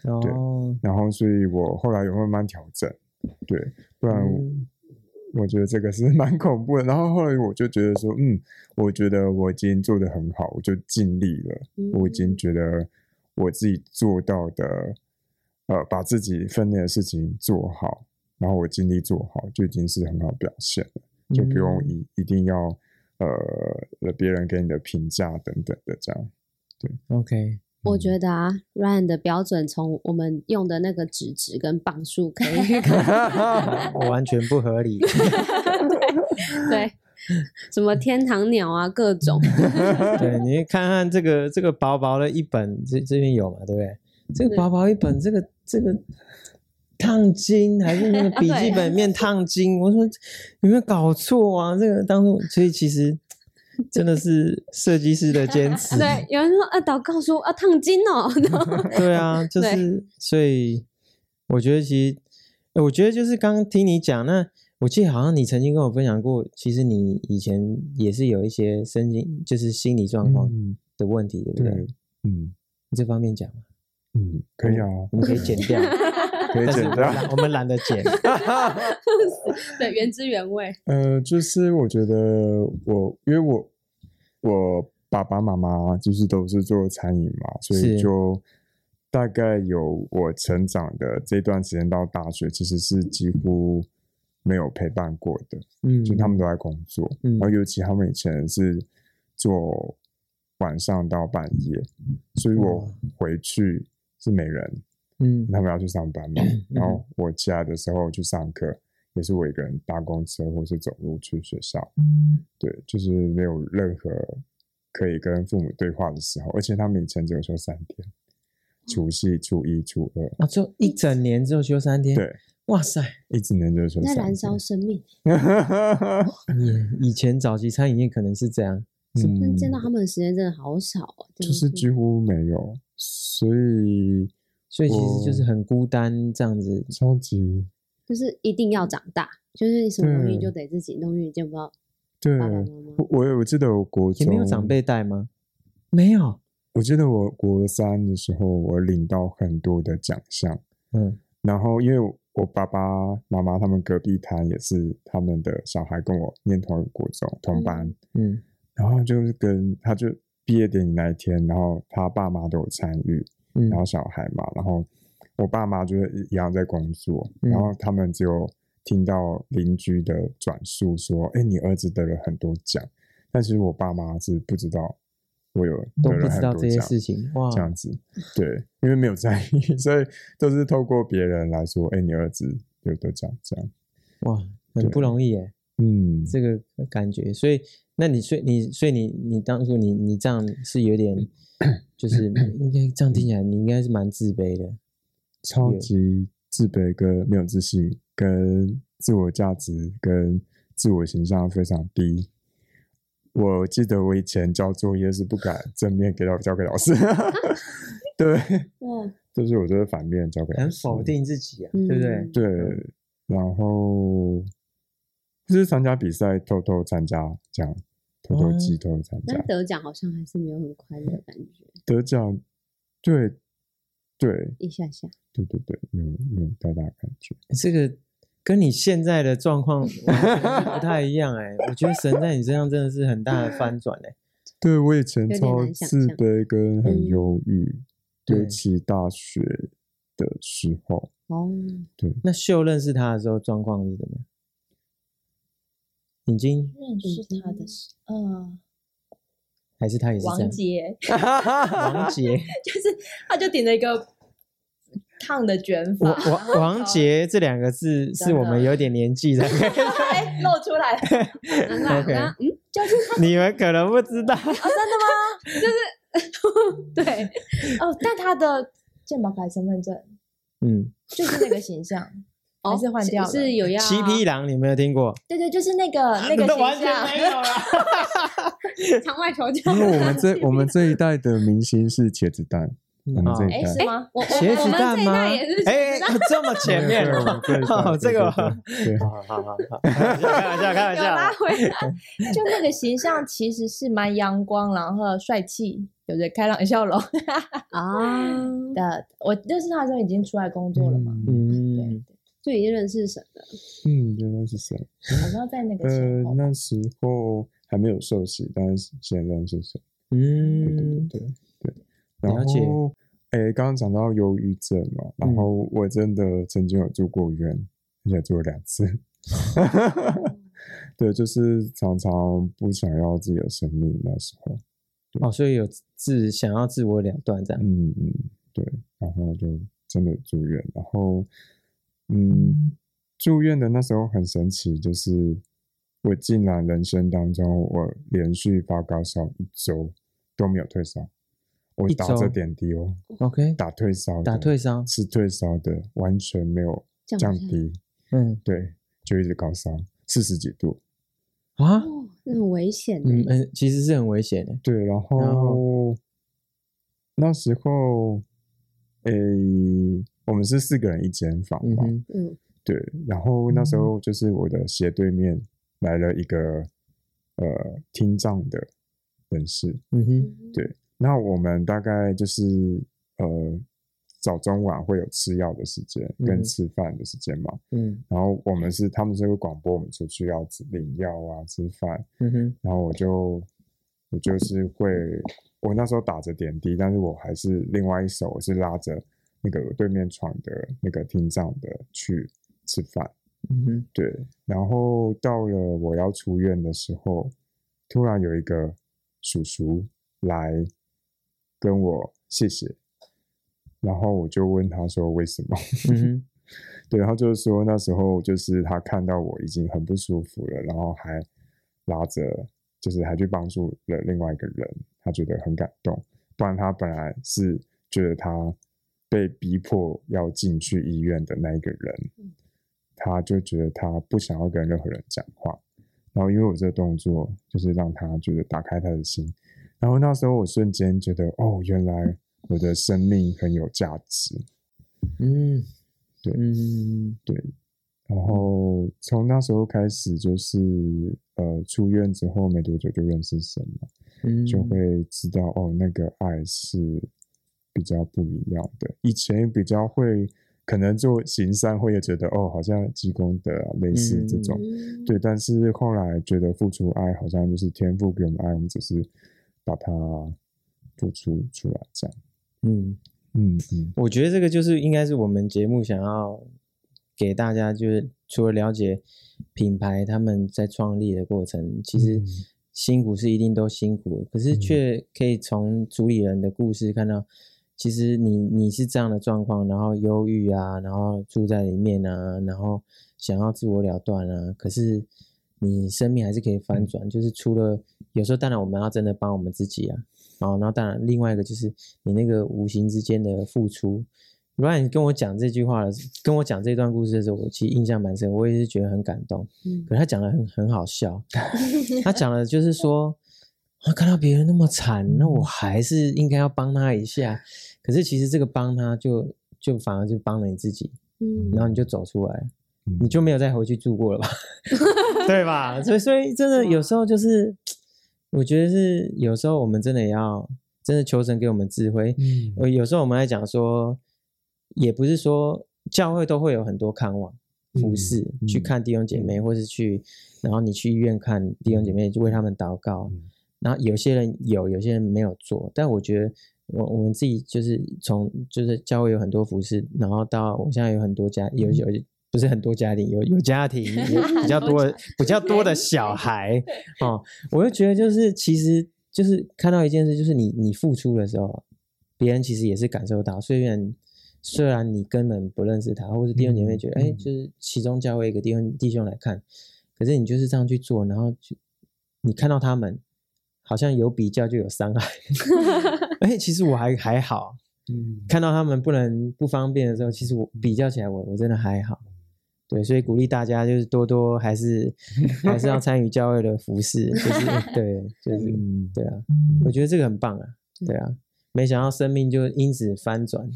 S2: 对
S1: 哦，
S2: 然后所以我后来有慢慢调整，对，不然我
S1: 嗯
S2: 我觉得这个是 <laughs> 蛮恐怖的。然后后来我就觉得说，嗯，我觉得我已经做得很好，我就尽力了，
S3: 嗯
S2: 我已
S1: 嗯
S2: 经觉得我自己做到的，呃，把自己分内的事情做好，然后我尽力做好，就已经是很好表现了，就不用
S1: 嗯
S2: 一、一定要呃呃别人给你的评价等等的这样。
S1: OK， <laughs>
S3: 我
S2: 嗯
S3: 觉得啊，Ryan 的标准从我们用的那个纸质跟磅数可以 <laughs> 看
S1: 我完全不合理。
S3: 对对，什么天堂鸟啊，各种
S1: 对你看看这个这个薄薄的一本，这这边有嘛，对不对？这个
S3: 对
S1: 薄薄一本，这个这个烫金还是那个笔记本里面烫金，我说有没有搞错啊？这个当初所以其实真的是设计师的坚持，
S3: <laughs> 对，有人说啊，祷告说啊，烫金哦，然后
S1: 对啊，就
S3: 对
S1: 是所以我觉得其实，呃我觉得就是刚刚听你讲，那我记得好像你曾经跟我分享过，其实你以前也是有一些身心就是心理状况
S2: 嗯
S1: 的问题，对不对
S2: 对？，嗯
S1: 你这方面讲吗，
S2: 嗯，可以啊，
S1: 我们可以剪掉，
S2: <laughs> 可以
S1: 但是
S2: 简
S1: 我们
S2: 单。
S1: 懒我们懒得
S2: <laughs>
S1: 剪。
S3: 对，原汁原味，
S2: 呃，就是我觉得我，因为我我爸爸妈妈就是都是做餐饮嘛，所
S1: 是
S2: 以就大概有我成长的这段时间到大学，其实是几乎没有陪伴过的，
S1: 嗯
S2: 就他们都在工作，
S1: 嗯
S2: 然后尤其他们以前是做晚上到半夜，所以我
S3: 哦
S1: 哇
S2: 回去是没人，
S1: 嗯
S2: 他们要去上班嘛。
S3: 嗯
S2: <clears throat> 然后我起来的时候去上课，也是我一个人搭公车或是走路去学校。对，就是没有任何可以跟父母对话的时候，而且他们以前只有休三天，除夕、初一、初二，
S1: 啊，就一整年只有休三天，
S2: 对，
S1: 哇塞，
S2: 一整年就是休三
S3: 在燃
S2: 天。 <laughs>
S3: 烧生命。
S1: 你以前早期餐饮业可能是这样，
S3: 但
S2: 嗯，
S3: 见到他们的时间真的好少哦，
S2: 就
S3: 真的
S2: 是几乎没有，所以
S1: 所以其实就是很孤单这样子。
S2: 超级
S3: 就是一定要长大，就是你什么东西
S2: 对
S3: 就得自己弄，因为你见不到
S2: 对。
S3: 爸爸妈妈。
S2: 我我我记得我国
S1: 你
S2: 中
S1: 们有长辈带吗？没有，
S2: 我记得我国三的时候，我领到很多的奖项，
S1: 嗯
S2: 然后因为我爸爸妈妈他们隔壁摊也是他们的小孩跟我念同一个国中同班，
S1: 嗯，
S2: 然后就是跟他就毕业典礼那一天，然后他爸妈都有参与，
S1: 嗯
S2: 然后小孩嘛，然后我爸妈就是一样在工作，
S1: 嗯
S2: 然后他们只有听到邻居的转述说：“哎，你儿子得了很多奖。”但其实我爸妈是不知道我有
S1: 嗯都
S2: 得了
S1: 不知
S2: 很
S1: 道
S2: 多
S1: 这些
S2: 奖
S1: 事情，哦哇，
S2: 这样子，对，因为没有在意， <laughs> 所以都是透过别人来说：“哎，你儿子有得奖。”这样，
S1: 哇，很
S2: 对
S1: 不容易耶，
S2: 嗯，
S1: 这个感觉。所以，那你所以你所以你你当初你你这样是有点，
S2: <clears throat>
S1: 就是应该这样听起来，你应该是蛮自卑的。
S2: 超级自卑跟没有自信，跟自我价值跟自我形象非常低。我记得我以前交作业是不敢正面给到交给老师， <laughs> 对，
S3: 哇，
S2: 就是我都是反面交给老
S1: 很
S2: 师，
S1: 否定自己啊，对不对
S3: 嗯？
S2: 对。然后就是参加比赛，偷偷参加，这样偷
S1: 哦
S2: 偷记，偷偷参加
S3: 但，得奖好像还是没有很快乐的感觉，
S2: 得奖，对，对，
S3: 一下下。
S2: 对对对，没有没有太大感觉，
S1: 这个跟你现在的状况完全不太一样哎、我觉得神在你身上真的是很大的翻转哎、
S2: 对我以前
S3: 有点
S2: 超
S3: 难想
S2: 自
S3: 象
S2: 卑跟很
S3: 嗯
S2: 忧郁，尤
S1: 对
S2: 其大学的时候，
S3: <laughs> 哦，
S1: 那秀认识他的时候状况是怎么样？已经
S4: 认识他的是呃
S1: 还是他也是这
S4: 王
S1: 样？
S4: 杰，
S1: 王杰，
S4: 就是他就顶着一个烫的卷
S1: 王
S4: 发，
S1: 王王杰这两个字是我们有点年纪的，
S4: 哎，露出来， <laughs>
S3: 难怪我
S1: OK
S3: 刚刚嗯，
S1: 你们可能不知道。
S4: 对，哦，但他的健保卡身份证
S1: 嗯，
S4: 就是那个形象，还
S3: 哦
S4: 是换掉了
S3: 是有要
S1: 七匹狼，你没有听过？
S4: 对对，就是那个
S1: <laughs>
S4: 那个
S1: 那完
S4: 形
S1: 全没
S4: 象，
S1: 有啦。
S3: 场外求救。
S2: 因为我们这我们这一代的明星是茄子蛋，我们这
S1: 哦
S2: 一
S4: 哎，
S2: 代
S4: 是吗？
S3: <laughs> 我我
S1: 茄
S3: 我
S1: 子
S3: 们
S1: 蛋
S3: 这一
S1: 吗
S3: 代也是？
S1: 哎，这么前面
S2: 对对我们这一代
S1: 哦，这
S2: 对
S1: 个
S2: 对对对
S3: 哦
S1: 好好好，开玩笑，开玩
S3: 有
S1: 笑
S3: 拉
S1: 啦。
S3: 回来，
S4: 就那个形象其实是蛮阳光，然后帅气，有着开朗的笑容
S3: 啊，
S4: 的。我认识他的时候已经出来工作了嘛，
S1: 嗯
S4: 对，，
S3: 就已经认识神了。
S2: 嗯，原来是谁？
S4: 好像在那个
S2: 呃
S3: 哦
S4: 前后，，
S2: 那时候还没有受洗，但是现在是谁？对对
S1: 嗯，
S2: 对对对。然
S1: 了解
S2: 后，哎，刚刚讲到忧郁症嘛，然
S1: 嗯
S2: 后我真的曾经有住过院，而且住了两
S1: <laughs>
S2: 次。对，就是常常不想要自己的生命那时候，
S1: 哦，所以有自想要自我了断这样。
S2: 嗯嗯，对，然后就真的住院，然后嗯，住院的那时候很神奇，就是我竟然人生当中我连续发高烧一周都没有退烧，我
S1: 一
S2: 打着
S1: 周
S2: 点滴哦，
S1: OK，
S2: 打退烧的，
S1: 打退烧，
S2: 吃退烧的，完全没有
S3: 降
S2: 降
S3: 不下来
S2: 低，
S1: 嗯
S2: 对，就一直高烧四十几度，
S1: 啊，
S3: 哦，那很危险呢。
S1: 嗯嗯，其实是很危险的。
S2: 对，然后那时候，诶、我们是四个人一间房
S1: 嗯
S2: 嘛，
S1: 哼，
S3: 嗯，
S2: 对，然后那时候就是我的斜对面来了一个呃听障的人士，
S1: 嗯哼，
S2: 对，那我们大概就是呃早中晚会有吃药的时间
S1: 嗯
S2: 跟吃饭的时间嘛，
S1: 嗯
S2: 然后我们是他们是会广播我们出去要吃领药啊吃饭，
S1: 嗯哼，
S2: 然后我就我就是会，我那时候打着点滴，但是我还是另外一手我是拉着那个对面床的那个听障的去吃饭，
S1: 嗯哼，
S2: 对，然后到了我要出院的时候，突然有一个叔叔来跟我谢谢，然后我就问他说为什么？
S1: 嗯哼，
S2: 对，他就说那时候就是他看到我已经很不舒服了，然后还拉着，就是还去帮助了另外一个人，他觉得很感动。不然他本来是觉得他被逼迫要进去医院的那一个人，他就觉得他不想要跟任何人讲话。然后因为我这个动作，就是让他觉得打开他的心。然后那时候我瞬间觉得，哦，原来我的生命很有价值。
S1: 嗯，
S2: 对
S1: 嗯，
S2: 对，然后从那时候开始，就是呃出院之后没多久就认识神嘛，
S1: 嗯
S2: 就会知道哦，那个爱是比较不一样的。以前比较会可能做行善会也觉得哦，好像积功德啊，类似这种，
S4: 嗯
S2: 对。但是后来觉得付出爱好像就是天赋给我们爱，我们只是把它付出出来这样。
S1: 嗯，
S2: 嗯嗯
S1: 我觉得这个就是应该是我们节目想要给大家，就是除了了解品牌他们在创立的过程，其实
S2: 嗯
S1: 辛苦是一定都辛苦，可是却可以从主理人的故事看到，其实你你是这样的状况，然后忧郁啊，然后住在里面啊，然后想要自我了断啊，可是。你生命还是可以翻转，就是除了有时候，当然我们要真的帮我们自己啊，哦，然后当然另外一个就是你那个无形之间的付出。如果你跟我讲这句话的时，跟我讲这段故事的时候，我其实印象蛮深，我也是觉得很感动。
S4: 嗯
S1: 可是他讲的很很好笑，他讲的就是说，啊，看到别人那么惨，那我还是应该要帮他一下。可是其实这个帮他就就反而就帮了你自己，
S4: 嗯
S1: 然后你就走出来，
S2: 嗯
S1: 你就没有再回去住过了吧？ <laughs> 对吧？所以所以真的
S4: 哇
S1: 有时候就是，我觉得是有时候我们真的也要真的求神给我们智慧。
S2: 嗯
S1: 呃，有时候我们在讲说，也不是说教会都会有很多看望服
S2: 嗯
S1: 饰，去
S2: 嗯
S1: 看弟兄姐妹，或是去，然后你去医院看弟兄姐妹，就为他们祷告。
S2: 嗯
S1: 然后有些人有，有些人没有做，但我觉得我我们自己就是从就是教会有很多服饰，然后到我现在有很多家
S2: 嗯
S1: 有有不是很多家庭有有家
S2: <laughs>
S1: 庭有比较多的比较多的小孩哦，我就觉得就是其实就是看到一件事，就是你你付出的时候，别人其实也是感受到，虽然。虽然你根本不认识他，或者弟兄姐妹觉得，
S2: 嗯
S1: 哎、
S2: 嗯
S1: 就是其中教会一个弟兄弟兄来看，可是你就是这样去做，然后就你看到他们，好像有比较就有伤
S2: <laughs>
S1: 害。 <laughs> 而且其实我还还好，
S2: 嗯
S1: 看到他们不能不方便的时候，其实我比较起来我，我真的还好。对，所以鼓励大家就是多多还是还是要参与教会的服饰，就是对，就是
S2: 嗯，
S1: 对啊，我觉得这个很棒啊，对啊，没想到生命就因此翻转，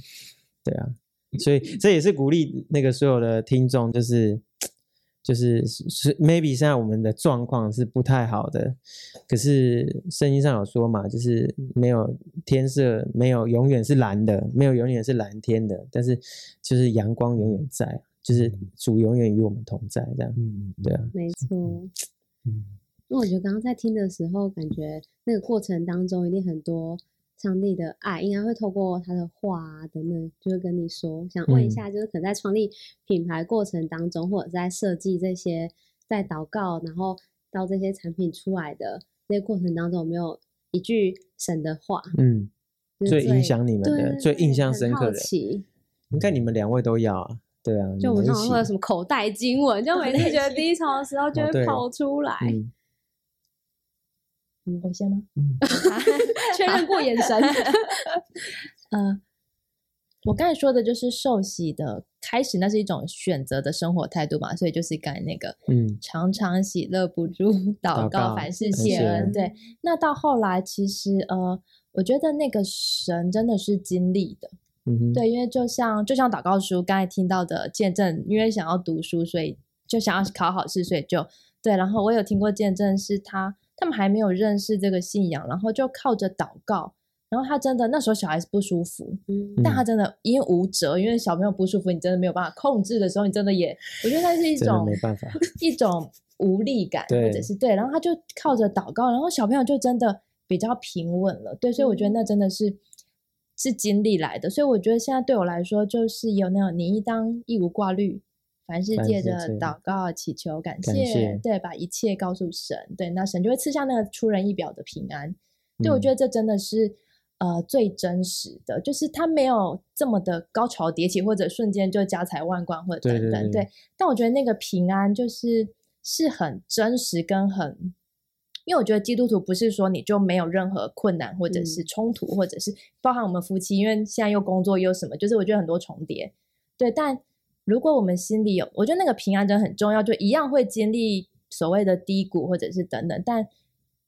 S1: 对啊，
S2: 嗯
S1: 所以这也是鼓励那个所有的听众，就是就是是 maybe 现在我们的状况是不太好的，可是圣经上有说嘛，就是没有天色，没有永远是蓝的，没有永远是蓝天的，但是就是阳光永远在，啊就是主永远与我们同在，这样
S2: 嗯
S1: 对啊，
S3: 没错。
S2: 嗯
S3: 那我觉得刚刚在听的时候，感觉那个过程当中一定很多上帝的爱，应该会透过他的话啊等等，就是跟你说。想问一
S1: 嗯
S3: 下，就是可能在创立品牌过程当中，或者在设计这些，在祷告，然后到这些产品出来的那个过程当中，有没有一句神的话？
S1: 嗯，
S3: 就是
S1: 最影响你们
S3: 对
S1: 的，
S3: 对
S1: 最
S3: 对
S1: 印象
S3: 很
S1: 深
S3: 好
S1: 刻的。嗯
S3: 奇
S1: 应该你们两位都要啊，对啊，
S3: 就我们
S1: 你们
S3: 常常
S1: 一
S3: 会有
S1: 起
S3: 什么口袋经文，就每次觉
S1: <laughs>
S3: 得低潮的时候就
S1: 哦
S3: 会
S1: 对
S3: 跑出来，
S1: 嗯，
S4: 嗯我先吗？
S2: 嗯
S3: <laughs> 确认过眼
S1: <laughs>
S3: 神。
S4: 呃，我刚才说的就是受洗的开始，那是一种选择的生活态度嘛，所以就是刚才那个，
S1: 嗯
S4: 常常喜乐不住，
S1: 祷
S4: <laughs>
S1: 告
S4: 祷告凡事
S1: 感
S4: 谢
S1: 谢
S4: 恩。对，
S3: 嗯
S4: 那到后来其实呃，我觉得那个神真的是经历的，
S1: 嗯哼，
S4: 对，因为就像就像祷告书刚才听到的见证，因为想要读书，所以就想要考好试，所以就对。然后我有听过见证是他他们还没有认识这个信仰，然后就靠着祷告，然后他真的那时候小孩子不舒服，
S3: 嗯
S4: 但他
S1: 嗯
S4: 真的因为无辙，因为小朋友不舒服，你真的没有办法控制的时候，你真的也，我觉得那是一
S1: 真的
S4: 种
S1: 没办法，
S4: 一种无力感，或
S1: 对
S4: 者是对，然后他就靠着祷告，然后小朋友就真的比较平稳了，对，所以我觉
S1: 嗯
S4: 得那真的是、是经历来的，所以我觉得现在对我来说，就是有那种你应当一无挂虑，凡事
S1: 凡
S4: 借
S1: 事
S4: 着
S1: 借
S4: 祷告祈求感谢，
S1: 感谢
S4: 对，把一切
S1: 嗯
S4: 告诉神，对，那神就会赐下那个出人意表的平安。对，我觉得这真的是呃最真实的，就是它没有这么的高潮迭起，或者瞬间就家财万贯，或者
S1: 对
S4: 等等。
S1: 对对
S4: 但我觉得那个平安就是是很真实跟很。因为我觉得基督徒不是说你就没有任何困难，或者是冲突，或者是包含我们夫妻，因为现在又工作又什么，就是我觉得很多重叠。对，但如果我们心里有，我觉得那个平安真的很重要，就一样会经历所谓的低谷或者是等等，但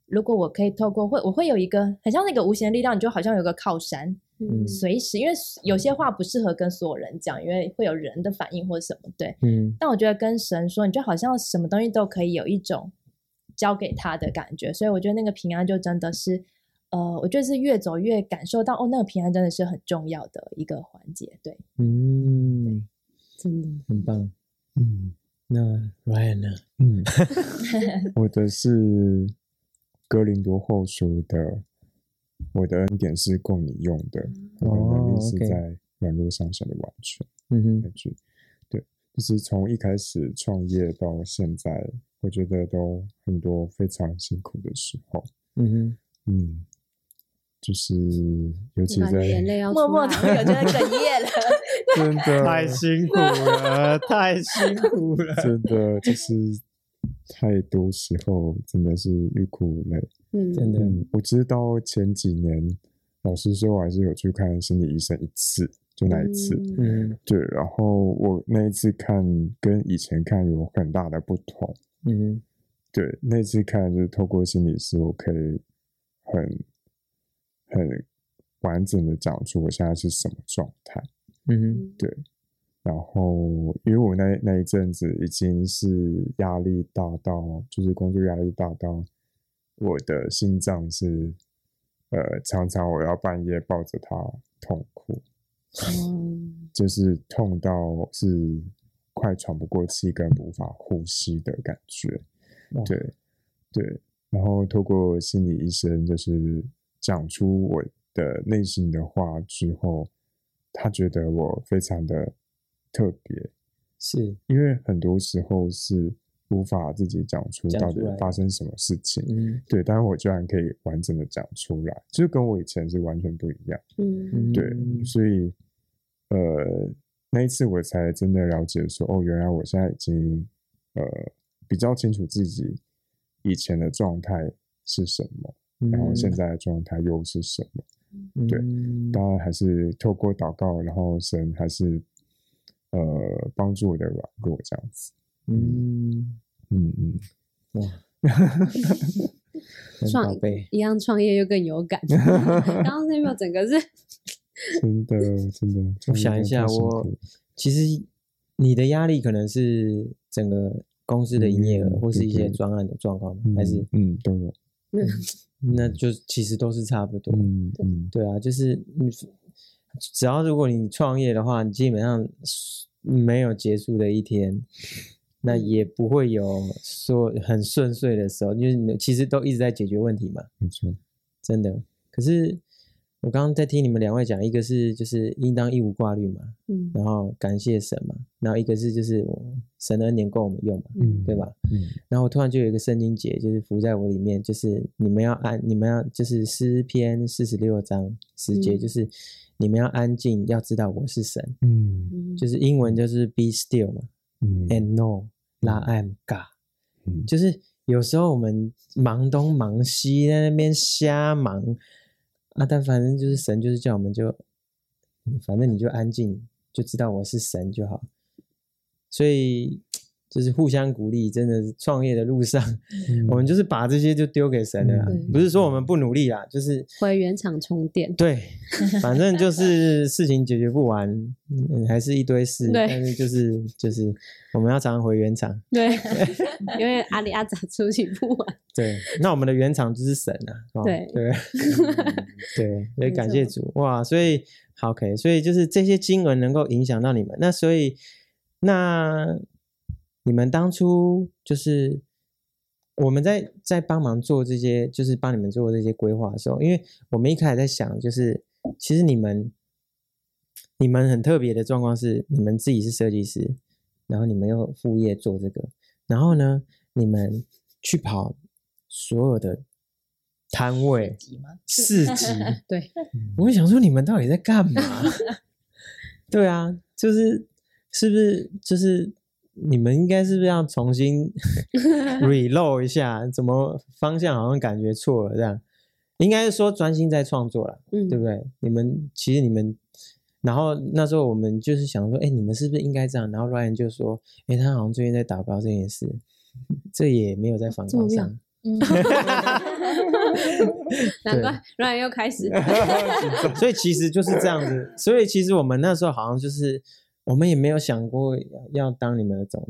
S4: 如果我可以透过会，我会有一个很像那个无形的力量，你就好像有个靠山，
S1: 嗯
S4: 随时因为有些话不适合跟所有人讲，因为会有人的反应或什么，对。
S1: 嗯
S4: 但我觉得跟神说，你就好像什么东西都可以有一种交给他的感觉，所以我觉得那个平安就真的是，呃，我觉得是越走越感受到，哦，那个平安真的是很重要的一个环节，对。
S1: 嗯，
S3: 真的，
S1: 很棒。
S2: 嗯
S1: 那 Ryan 呢？
S2: 嗯，我的是哥林多后书的，我的恩典是供你用的，我的能力
S1: 哦
S2: 是
S1: ，OK
S2: 在软弱上显得完全。
S1: 嗯哼，
S2: 感觉，对，就是从一开始创业到现在，我觉得都很多非常辛苦的时候，
S1: 嗯 <laughs> 哼，
S2: 嗯，就是尤其
S3: 把
S2: 在
S3: 你眼泪要出
S4: 默默
S3: 来
S4: 的
S3: 了。
S4: 有在哽
S1: <laughs>
S4: 咽了，
S2: 真的
S1: 太辛苦了，太辛苦
S2: <laughs>
S1: 了。
S2: 真的就是太多时候真的是欲哭无泪。
S3: 嗯，
S1: 真的，
S2: 嗯，我知道前几年，老实说，我还是有去看心理医生一次，就那一次。
S3: 嗯
S1: 嗯
S2: 对，然后我那一次看跟以前看有很大的不同，
S1: 嗯
S2: 对，那次看就是透过心理师，我可以很很完整的讲出我现在是什么状态。
S1: 嗯
S2: 然后，因为我那那一阵子已经是压力大到，就是工作压力大到，我的心脏是，呃，常常我要半夜抱着它痛哭，
S3: 嗯
S2: 就是痛到是快喘不过气跟无法呼吸的感觉。
S1: 哇
S2: 对对，然后透过心理医生，就是讲出我的内心的话之后，他觉得我非常的特别，
S1: 是，
S2: 因为很多时候是无法自己讲出
S1: 讲
S2: 到
S1: 出
S2: 底
S1: 来
S2: 发生什么事情。
S1: 嗯
S2: 对，但是我居然可以完整的讲出来，就跟我以前是完全不一样。
S3: 嗯
S1: 嗯，
S2: 对，所以呃，那一次我才真的了解说，哦，原来我现在已经呃比较清楚自己以前的状态是什么，然后现在的状态又是什么。对
S1: 嗯
S2: 当然还是透过祷告，然后神还是呃帮助我的软弱这样子。
S1: 嗯，
S2: 嗯嗯，
S1: 很
S3: 创
S1: 宝贝，
S3: 一样创业又更有
S1: <laughs>
S3: 感。刚刚是因为整个是
S2: 真的真的，
S1: 我
S2: 真的
S1: 想一下，
S2: 太辛
S1: 我
S2: 苦
S1: 其实你的压力可能是整个公司的营业额，
S2: 嗯
S1: 或是一
S2: 对
S1: 些
S2: 对
S1: 专案的状况吗，
S2: 嗯
S1: 还是
S2: 嗯都有
S1: 那就其实都是差不多。
S2: 嗯嗯
S1: 对啊，就是你只要如果你创业的话，你基本上是没有结束的一天，那也不会有说很顺遂的时候，因为你其实都一直在解决问题嘛，
S2: 没错
S1: 真的。可是我刚刚在听你们两位讲，一个是就是应当一无挂虑嘛， <laughs>
S3: 嗯
S1: 然后感谢神嘛，然后一个是就是我神的恩典够我们用嘛，
S2: 嗯
S1: 对吧？
S2: 嗯
S1: 然后我突然就有一个圣经节，就是浮在我里面，就是你们要安，你们要就是诗篇四十六章十节，
S3: 嗯
S1: 就是你们要安静，要知道我是神，
S2: 嗯
S3: 嗯
S1: 就是英文就是 be still 嘛、
S2: 嗯
S1: a n d know that I'm God，、
S2: 嗯
S1: 就是有时候我们忙东忙西，在那边瞎忙啊，但反正就是神就是叫我们就，反正你就安静，就知道我是神就好，所以。就是互相鼓励，真的是创业的路上，
S2: 嗯
S1: 我们就是把这些就丢给神了啦
S3: 嗯，
S1: 不是说我们不努力啦，就是
S3: 回原厂充电。 <laughs>
S1: 对，反正就是事情解决不完，嗯，还是一堆事，
S3: 对
S1: 但是就是就是我们要常常回原厂。
S3: 对， <laughs> 因为阿里阿杂出去不完。
S1: 对，那我们的原厂就是神啊，哦
S3: 对
S1: 对
S2: 嗯
S1: 对，所以
S3: 没
S1: 感谢
S3: 错
S1: 主哇！所以好 OK，所以就是这些经文能够影响到你们，那所以那你们当初就是我们在在帮忙做这些，就是帮你们做这些规划的时候，因为我们一开始在想，就是其实你们你们很特别的状况是，你们自己是设计师，然后你们又副业做这个，然后呢，你们去跑所有的摊位
S4: 集吗？
S1: 市集，
S2: 嗯
S4: <laughs>
S3: 对，
S1: 我会想说你们到底在干
S3: <laughs>
S1: 嘛？对啊，就是是不是就是你们应该是不是要重
S3: <laughs>
S1: 新 reload 一下？怎么方向好像感觉错了这样？应该是说专心在创作了，
S3: 嗯
S1: 对不对？你们其实你们，然后那时候我们就是想说，哎，你们是不是应该这样？然后 Ryan 就说，哎，他好像最近在打包这件事，这也没有在反
S3: 哦这么
S1: 光
S3: 妙
S1: 上。 <laughs>
S4: 嗯，
S3: 难
S1: 对
S3: 怪然又
S1: <laughs>
S3: 开始
S1: 所以其实就是这样子。所以其实我们那时候好像就是，我们也没有想过要当你们的总，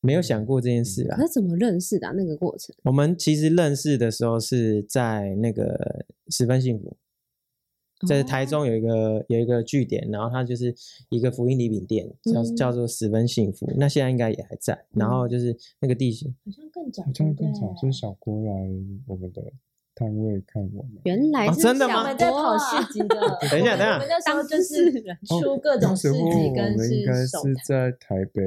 S1: 没有想过这件事啊
S3: 那。怎么认识的啊、那个过程？
S1: 我们其实认识的时候是在那个十分幸福，
S3: 哦
S1: 在台中有一个有一个据点，然后它就是一个福音礼品店，叫
S4: 嗯
S1: 叫做十分幸福。那现在应该也还在。然后就是那个地形，
S4: 好像更早，
S2: 好像更早
S4: 对
S2: 是
S1: 啊
S4: 不对
S2: 小郭来我们的摊位看我们，
S3: 原来
S1: 哦
S3: 是
S1: 真的
S3: 小
S1: 吗，
S4: 我们在
S3: 郭
S4: 跑
S3: 啊
S4: 市集的
S1: <laughs> 等一下等一下
S4: 我们那时候
S3: 当
S4: 就
S3: 知识
S4: 是
S3: 人
S4: 出各
S2: 那
S4: 种
S2: 哦时
S4: 市
S2: 候
S4: 集
S2: 我
S4: 跟
S2: 们应该
S4: 是手
S2: 是
S4: 摊
S2: 在台北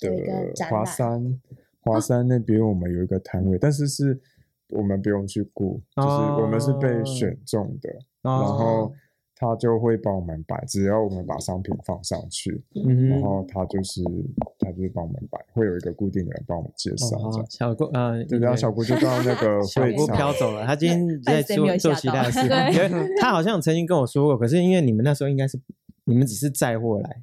S4: 有一个
S2: 的
S4: 展
S2: 华
S4: 览
S2: 山，华山那边我们有一个摊位，但是是我们不用去顾，就是我们是
S1: 哦
S2: 被选中的，
S1: 然
S2: 然后
S1: 哦
S2: 他就会帮我们摆，只要我们把商品放上去，然
S1: 嗯哼，
S2: 后他就是他就是帮我们摆，会有一个固定的人帮我们介绍
S1: 哦
S2: 这
S1: 好
S2: 样。
S1: 小郭呃，
S2: 对，然后小郭就到那个
S1: 小
S2: 会
S1: 郭
S2: 场，
S1: 飘走了，他今天在
S4: 半生没
S1: 做做
S4: 有吓
S1: 其
S4: 到
S1: 他
S4: <laughs>
S1: 的事
S4: 对
S1: 因为他好像曾经跟我说过，可是因为你们那时候应该是你们只是载货来，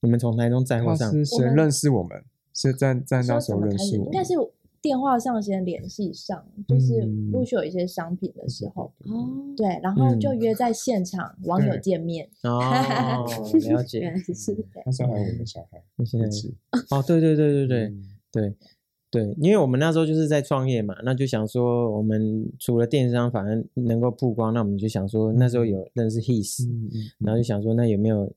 S1: 你们从台中载货
S2: 他
S1: 上，
S2: 哦是谁
S4: 我们
S2: 认识我们？是在在那时候认识我
S4: 应
S2: 们，
S4: 该是电话上先联系上，就是
S2: 嗯
S4: 陆续有一些商品的时候，
S3: 哦，
S4: 对，然后
S1: 嗯
S4: 就约在现场网友
S2: 对
S4: 见面，
S1: 哦，了解
S3: 原，来是
S2: 他是还有我们小孩
S1: 那些
S2: 一起，
S1: 哦，对对对对对，
S2: 嗯，
S1: 对对，因为我们那时候就是在创业嘛，那就想说，我们除了电商，反正能够曝光，那我们就想说，那时候有认识 His，、
S2: 嗯嗯
S1: 然后就想说，那有没有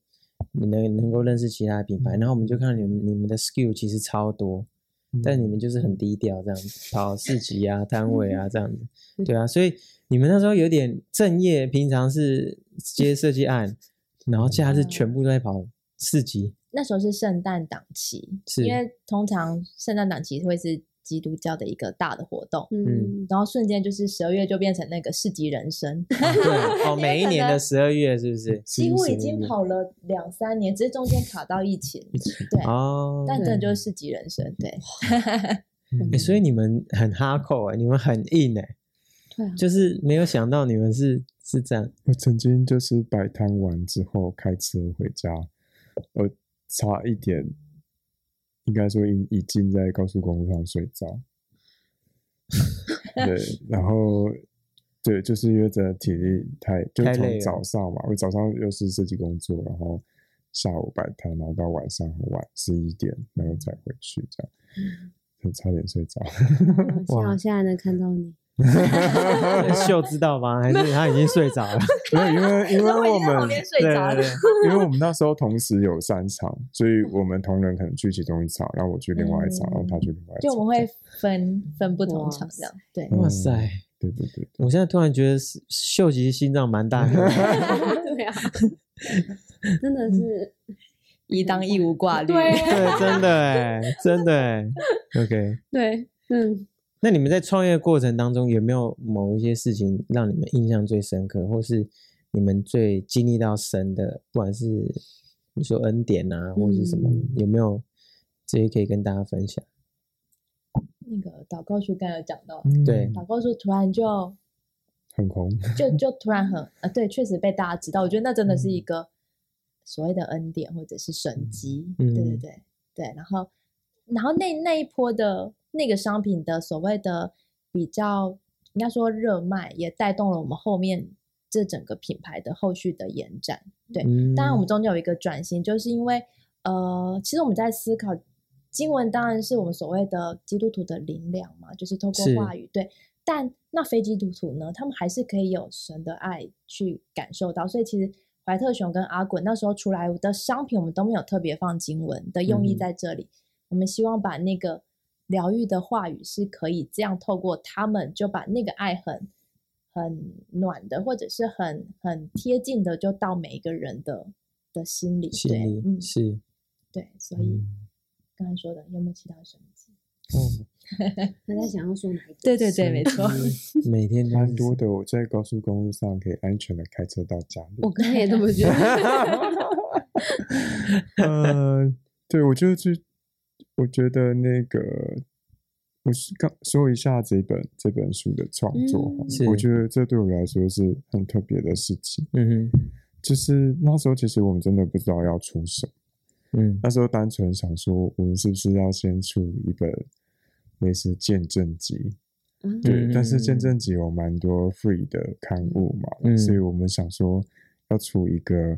S1: 你能能够认识其他品牌？然后我们就看到你们你们的 skill 其实超多，
S2: 嗯
S1: 但
S4: 嗯
S1: 你们就是很低调这样子，跑市集
S4: <laughs>
S1: 啊、摊位啊这样子，对啊，所以你们那时候有点正业，平常是接设计案，然后
S4: 啊
S1: 假日全部都在跑市
S4: <laughs>
S1: 集，
S4: 那时候是圣诞档期，
S1: 是
S4: 因为通常圣诞档期会是基督教的一个大的活动，
S1: 嗯
S3: 嗯，
S4: 然后瞬间就是十二月就变成那个市集人生，
S1: 啊对，哦，
S4: 因为
S1: 每一
S4: 可
S1: 年的
S4: 能
S1: 十二月是不是？
S4: 几乎已
S2: 11
S4: 经
S2: 月
S4: 跑了两三年，只是中间卡到疫情，对，
S1: 哦，
S4: 但真的就是市集人生，对，
S1: 欸所以你们很哈扣哎、你们很硬哎、
S3: 对啊，
S1: 就是没有想到你们是是这
S4: <laughs>
S1: 样，
S2: 我曾经就是摆摊完之后开车回家，我差一点，应该说已已经在高速公路上睡着。对，然后对，就是因为真的体力太，就
S1: 太累
S2: 从
S1: 了
S2: 早上嘛，我早上又是设计工作，然后下午摆摊，然后到晚上很晚十一点，然后
S1: 嗯
S2: 才回去这样，就差点睡着。 <laughs>
S1: <laughs>
S3: 幸好现在能看到你，
S1: 秀知道吗？还是他已经睡着了？
S2: 没有，因为因为我
S4: 已经在旁
S2: 们
S4: 边 <laughs> 睡
S1: 对对
S4: 着了，
S1: 对，
S2: 因
S4: <laughs>
S2: 为我们那时候同时有三场，所
S4: 嗯
S2: 以我们同仁可能去其中一场，然后我去另外一场，然后他去另外一场。嗯
S4: 就我们会分分不同场
S3: 哇
S4: 这样， <laughs> 对，
S1: 哇塞！
S2: 对对对，
S1: 我现在突然觉得是秀吉心脏蛮大的，
S3: 对啊，
S1: 嗯
S3: 真的是
S4: 一当一无挂虑， <laughs>
S1: 对，真的哎、真的哎、OK，
S3: 对，嗯，
S1: 那你们在创业过程当中有没有某一些事情让你们印象最深刻，或是你们最经历到神的，不管是你说恩典啊，或是什么，
S3: 嗯
S1: 有没有这些可以跟大家分享？
S4: 那个祷告书刚才有讲到，
S2: 嗯
S1: 对
S4: 祷告书突然就
S2: 很红，
S4: 就就突然很呃，对，确实被大家知道。我觉得那真的是一个所谓的恩典或者是神机，
S1: 嗯
S4: 对对对对。然后，然后那那一波的那个商品的所谓的比较，应该说热卖，也带动了我们后面这整个品牌的后续的延展。对
S1: 嗯
S4: 当然，我们中间有一个转型，就是因为呃，其实我们在思考经文，当然是我们所谓的基督徒的灵粮嘛，就是透过
S1: 是
S4: 话语对。但那非基督徒呢，他们还是可以有神的爱去感受到。所以其实怀特熊跟阿滚那时候出来的商品，我们都没有特别放经文的用意
S1: 嗯
S4: 在这里。我们希望把那个疗愈的话语是可以这样透过他们，就把那个爱很很暖的，或者是很很贴近的，就到每一个人的的心里。
S1: 心
S4: 对，
S1: 里嗯
S4: 嗯，
S1: 是，
S4: 对，所以刚才说的有没有其他什么？
S1: 哦，
S3: 他在想要说哪一个？
S4: 对对对，没错。 <laughs>
S1: 嗯每天都
S2: 蛮
S1: 是
S2: 多的。我在高速公路上可以安全的开车到家里
S1: <laughs>
S3: 我。刚才也这么觉得。啊
S2: 呃，对，我就是我觉得那个，我是刚说一下这本这本书的创作好了
S3: 嗯
S1: 是
S2: 我觉得这对我来说是很特别的事情。
S1: 嗯哼
S2: 就是那时候，其实我们真的不知道要出什么，
S1: 嗯
S2: 那时候单纯想说，我们是不是要先出一本类似见证集？
S3: 嗯
S2: 对，但是
S1: 嗯
S2: 见证集有蛮多 free 的刊物嘛，
S1: 嗯
S2: 所以我们想说要出一个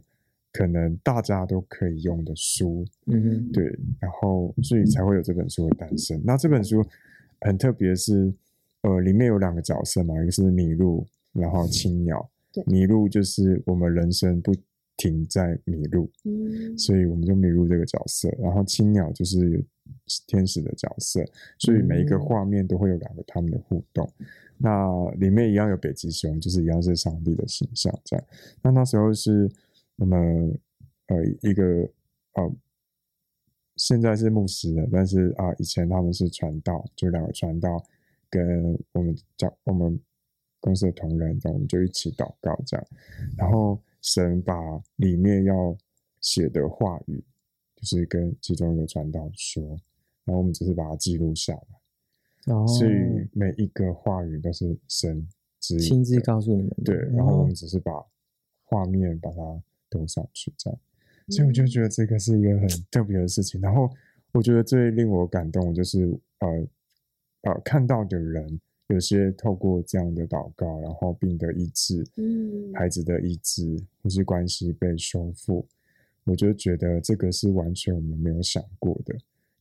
S2: 可能大家都可以用的书，
S1: 嗯哼
S2: 对，然后所以才会有这本书的诞生。那这本书很特别是，呃，里面有两个角色嘛，一个是麋鹿，然后青鸟
S3: 对。
S2: 麋鹿就是我们人生不停在迷路，
S3: 嗯
S2: 所以我们就麋鹿这个角色。然后青鸟就是有天使的角色，所以每一个
S1: 嗯
S2: 画面都会有两个他们的互动。那里面一样有北极熊，就是一样是上帝的形象这样。那那时候是我们呃一个呃，现在是牧师的，但是啊、以前他们是传道，就两个传道跟我们教我们公司的同仁，然后我们就一起祷告这样。然后神把里面要写的话语，就是跟其中一个传道说，然后我们只是把它记录下来，
S1: 哦，
S2: 所以每一个话语都是神指引
S1: 亲自
S2: 的
S1: 告诉你们的
S2: 对，然后我
S1: 哦
S2: 们只是把画面把它丢上去，这样。
S1: 嗯
S2: 所以我就觉得这个是一个很特别的事情。然后我觉得最令我感动的就是呃呃看到的人，有些透过这样的祷告，然后病的医治，
S3: 嗯
S2: 孩子的医治，或是关系被修复，我就觉得这个是完全我们没有想过的，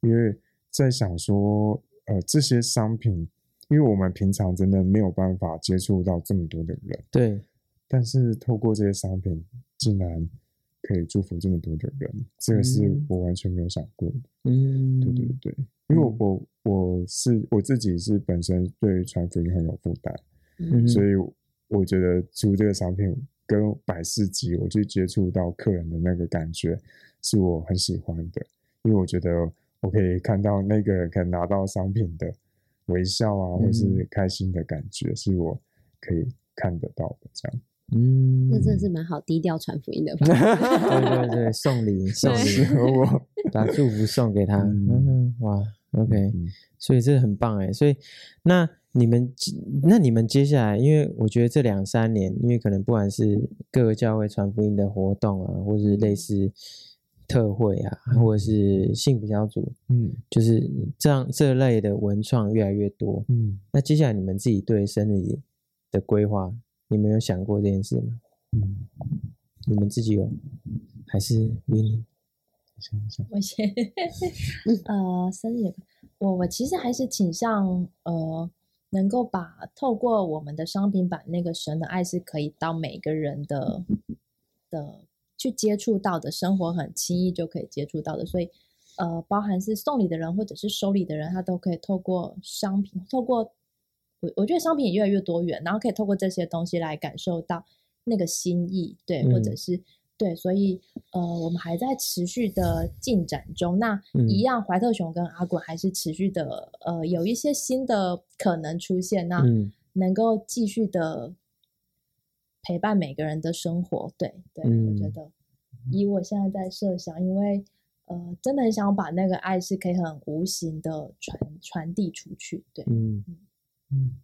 S2: 因为在想说，呃，这些商品，因为我们平常真的没有办法接触到这么多的人，
S1: 对
S2: 但是透过这些商品，竟然可以祝福这么多的人，这个是
S1: 嗯
S2: 我完全没有想过的。
S1: 嗯
S2: 对对对，因为我我我是我自己是本身对传福音很有负担，
S1: 嗯
S2: 所以我觉得出这个商品跟百事集，我去接触到客人的那个感觉，是我很喜欢的，因为我觉得我可以看到那个人可能拿到商品的微笑啊，或是
S1: 嗯
S2: 开心的感觉，是我可以看得到的。这样，
S1: 嗯
S3: 那
S1: <laughs>
S3: 真的是蛮好低调传福音的吧？
S1: 对对对，送
S4: <laughs>
S1: 礼送
S3: 对
S1: 礼，
S2: 适合 <laughs> 我，
S1: 把祝福送给他。
S2: 嗯
S1: 嗯，哇，OK，
S2: 嗯
S1: 所以这很棒哎。所以那你们那你们接下来，因为我觉得这两三年，因为可能不管是各个教会传福音的活动啊，或是类似特会啊，或者是幸福小组，
S2: 嗯
S1: 就是这样这类的文创越来越多。
S2: 嗯
S1: 那接下来你们自己对生理的规划，你们有想过这件事吗？
S2: 嗯，
S1: 你们自己有还是 w i n
S2: 想一想，
S4: 我先呃，生日也不我我其实还是倾向呃，能够把透过我们的商品把那个神的爱是可以到每个人的的去接触到的，生活很轻易就可以接触到的，所以。呃，包含是送礼的人或者是收礼的人，他都可以透过商品，透过我我觉得商品也越来越多元，然后可以透过这些东西来感受到那个心意，对，或者
S1: 嗯
S4: 是对，所以呃，我们还在持续的进展中。那
S1: 嗯
S4: 一样，怀特熊跟阿滚还是持续的呃，有一些新的可能出现，那
S1: 嗯
S4: 能够继续的陪伴每个人的生活。对对，我觉
S1: 嗯
S4: 得以我现在在设想，因为呃，真的很想把那个爱是可以很无形的传传递出去。对，
S1: 嗯
S2: 嗯，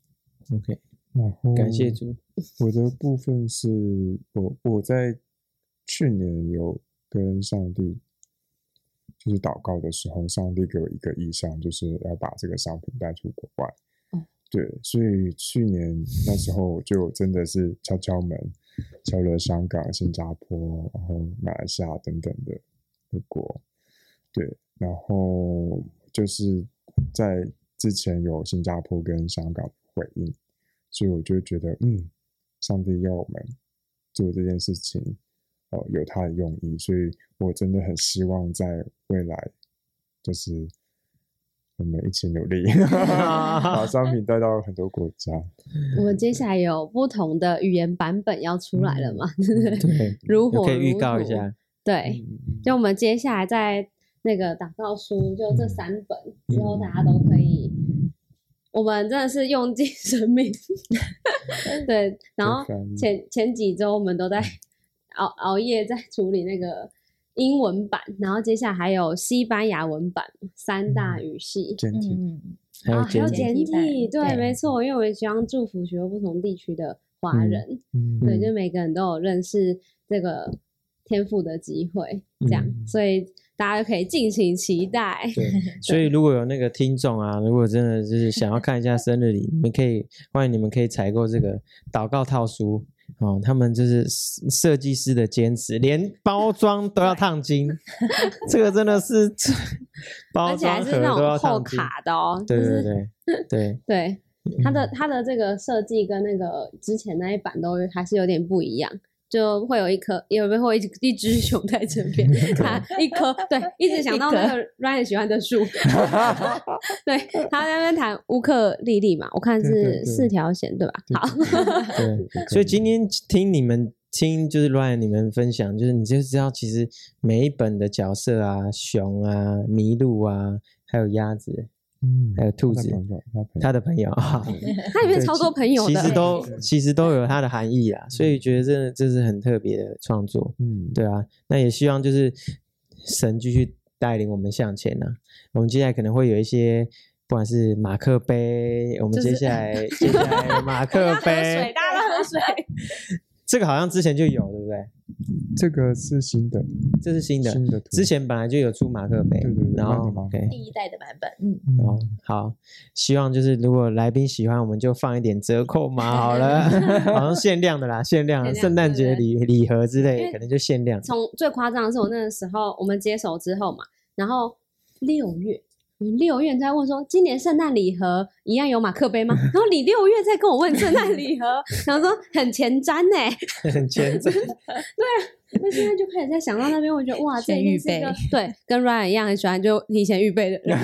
S1: ，OK，
S2: 然后
S1: 感
S3: 哦
S1: 谢主。
S2: 我的部分是我我在去年有跟上帝就是祷告的时候，上帝给我一个意向，就是要把这个商品带出国外。
S3: 嗯
S2: 对，所以去年那时候我就真的是敲敲门，敲了香港、新加坡，然后马来西亚等等的各国。对，然后就是在之前有新加坡跟香港回应，所以我就觉得，嗯，上帝要我们做这件事情，呃，有他的用意，所以我真的很希望在未来，就是我们一起努力， <laughs> 把商品带到很多国家。
S3: 我们接下来有不同的语言版本要出来了嘛？对不对？
S1: 对，
S3: <laughs> 如火如
S1: 嗯
S3: 荼。
S1: 可以预告一下。
S3: 对，
S2: 嗯
S3: 就我们接下来在那个打造书，就这三本之后，
S2: 嗯
S3: 大家都可以我们真的是用尽生命。 <laughs> 对，然后
S2: 真烦
S3: 前前几周我们都在熬熬夜在处理那个英文版，然后接下来还有西班牙文版三大语系。
S2: 简体
S4: 嗯，
S1: 还有
S3: 啊，还有
S1: 简体，
S3: 简
S4: 体版
S3: 体，对，
S4: 对
S3: 没错，因为我们希望祝福许多不同地区的华
S1: 嗯
S3: 人，
S2: 嗯
S3: 对，
S1: 嗯
S3: 就每个人都有认识这个天赋的机会，这样， <laughs>
S2: 嗯
S3: 所以大家就可以敬请期待。
S1: 对，所以如果有那个听众啊，如果真的就是想要看一下生日礼，你们可以欢迎你们可以采购这个祷告套书哦，他们就是设设计师的坚持，连包装都要烫
S3: <laughs>
S1: 金，这个真的是 <laughs> <laughs> 包
S3: 而且还
S1: 装
S3: 是
S1: 盒
S3: 那
S1: 都要
S3: 种厚
S1: 烫金，
S3: 卡的哦，
S1: 对
S3: 就
S1: 对
S3: 是
S1: 对对，
S3: 对它的
S1: 嗯
S3: 它的这个设计跟那个之前那一版都还是有点不一样，就会有一颗，有没有会有一一只熊在这
S1: <laughs>
S3: 边，它一颗，对，一直想
S4: 一
S3: 到那
S4: 颗
S3: 个 Ryan 喜欢的树， <laughs> 对，他在那边弹乌克丽丽嘛，我看
S2: 对对
S3: 是
S2: 对
S3: 四条弦对吧？好， <laughs>
S1: 对，所以今天听你们听就是 Ryan 你们分享，就是你就知道其实每一本的角色啊，熊啊、麋鹿啊，还有鸭子，
S2: 嗯
S1: 还有兔
S2: 他
S1: 子
S2: 的朋友他朋友
S1: 他的朋友啊，
S3: 它里面
S1: 对
S3: 超多朋友
S1: 其
S3: 的
S1: 实
S3: 欸，
S1: 都其实都有它的含义啊，所以觉得这这是很特别的创作，
S2: 嗯，
S1: 对啊，那也希望就是神继续带领我们向前啊，我们接下来可能会有一些。不管是马克杯，我们
S4: 就是
S1: 接下来、接下
S3: <laughs>
S1: 来有马克
S3: 大家喝水，
S1: 杯，
S3: 大家喝水，
S1: 这个好像之前就有，对不对？
S2: 这个是新的，
S1: 这是新的，
S2: 新的图
S1: 之前本来就有出马克杯，
S2: 对对对
S1: 然后
S2: 那个
S1: OK，
S4: 第一代的版本，嗯，
S1: 哦，好，希望就是如果来宾喜欢，我们就放一点折扣码好
S3: <laughs>
S1: 了，好像限量的啦，限量的，
S3: 限量
S1: 圣诞节
S3: 对
S1: 礼礼盒之类
S3: 因
S1: 的，
S3: 为
S1: 可能就限量。
S3: 从最夸张的是，我那个时候我们接手之后嘛，然后六月，六月在问说今年圣诞礼盒一样有马克杯吗？ <laughs> 然后你六月在跟我问圣诞礼盒， <laughs> 然后说很前瞻呢、
S1: 很虔
S3: <laughs>
S1: 诚，
S3: 那现在就开始在想到那边，我觉得哇，这
S4: 先
S3: 一定是一个 <laughs> 对，跟 Ryan 一样很喜欢就提前预备的人。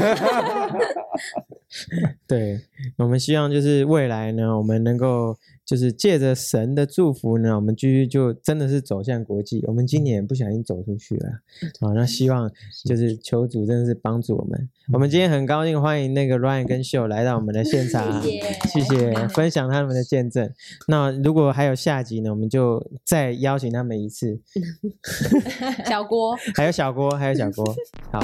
S1: 对我们希望就是未来呢，我们能够就是借着神的祝福呢，我们继续就真的是走向国际。我们今年不小心走出去了，
S3: 嗯
S1: 好，那希望就是求主真的是帮助我们。我们今天很高兴欢迎那个 Ryan 跟秀来到我们的现场，
S4: 谢
S3: 哦
S1: 谢谢分享他们的见证。那如果还有下集呢，我们就再邀请他们一次。
S3: 小郭，
S1: 还有小郭，还有小郭，好，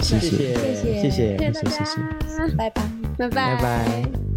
S1: 谢谢，谢谢，谢谢，谢谢，
S3: 谢谢大家，
S4: 拜拜。
S3: 拜
S1: 拜拜。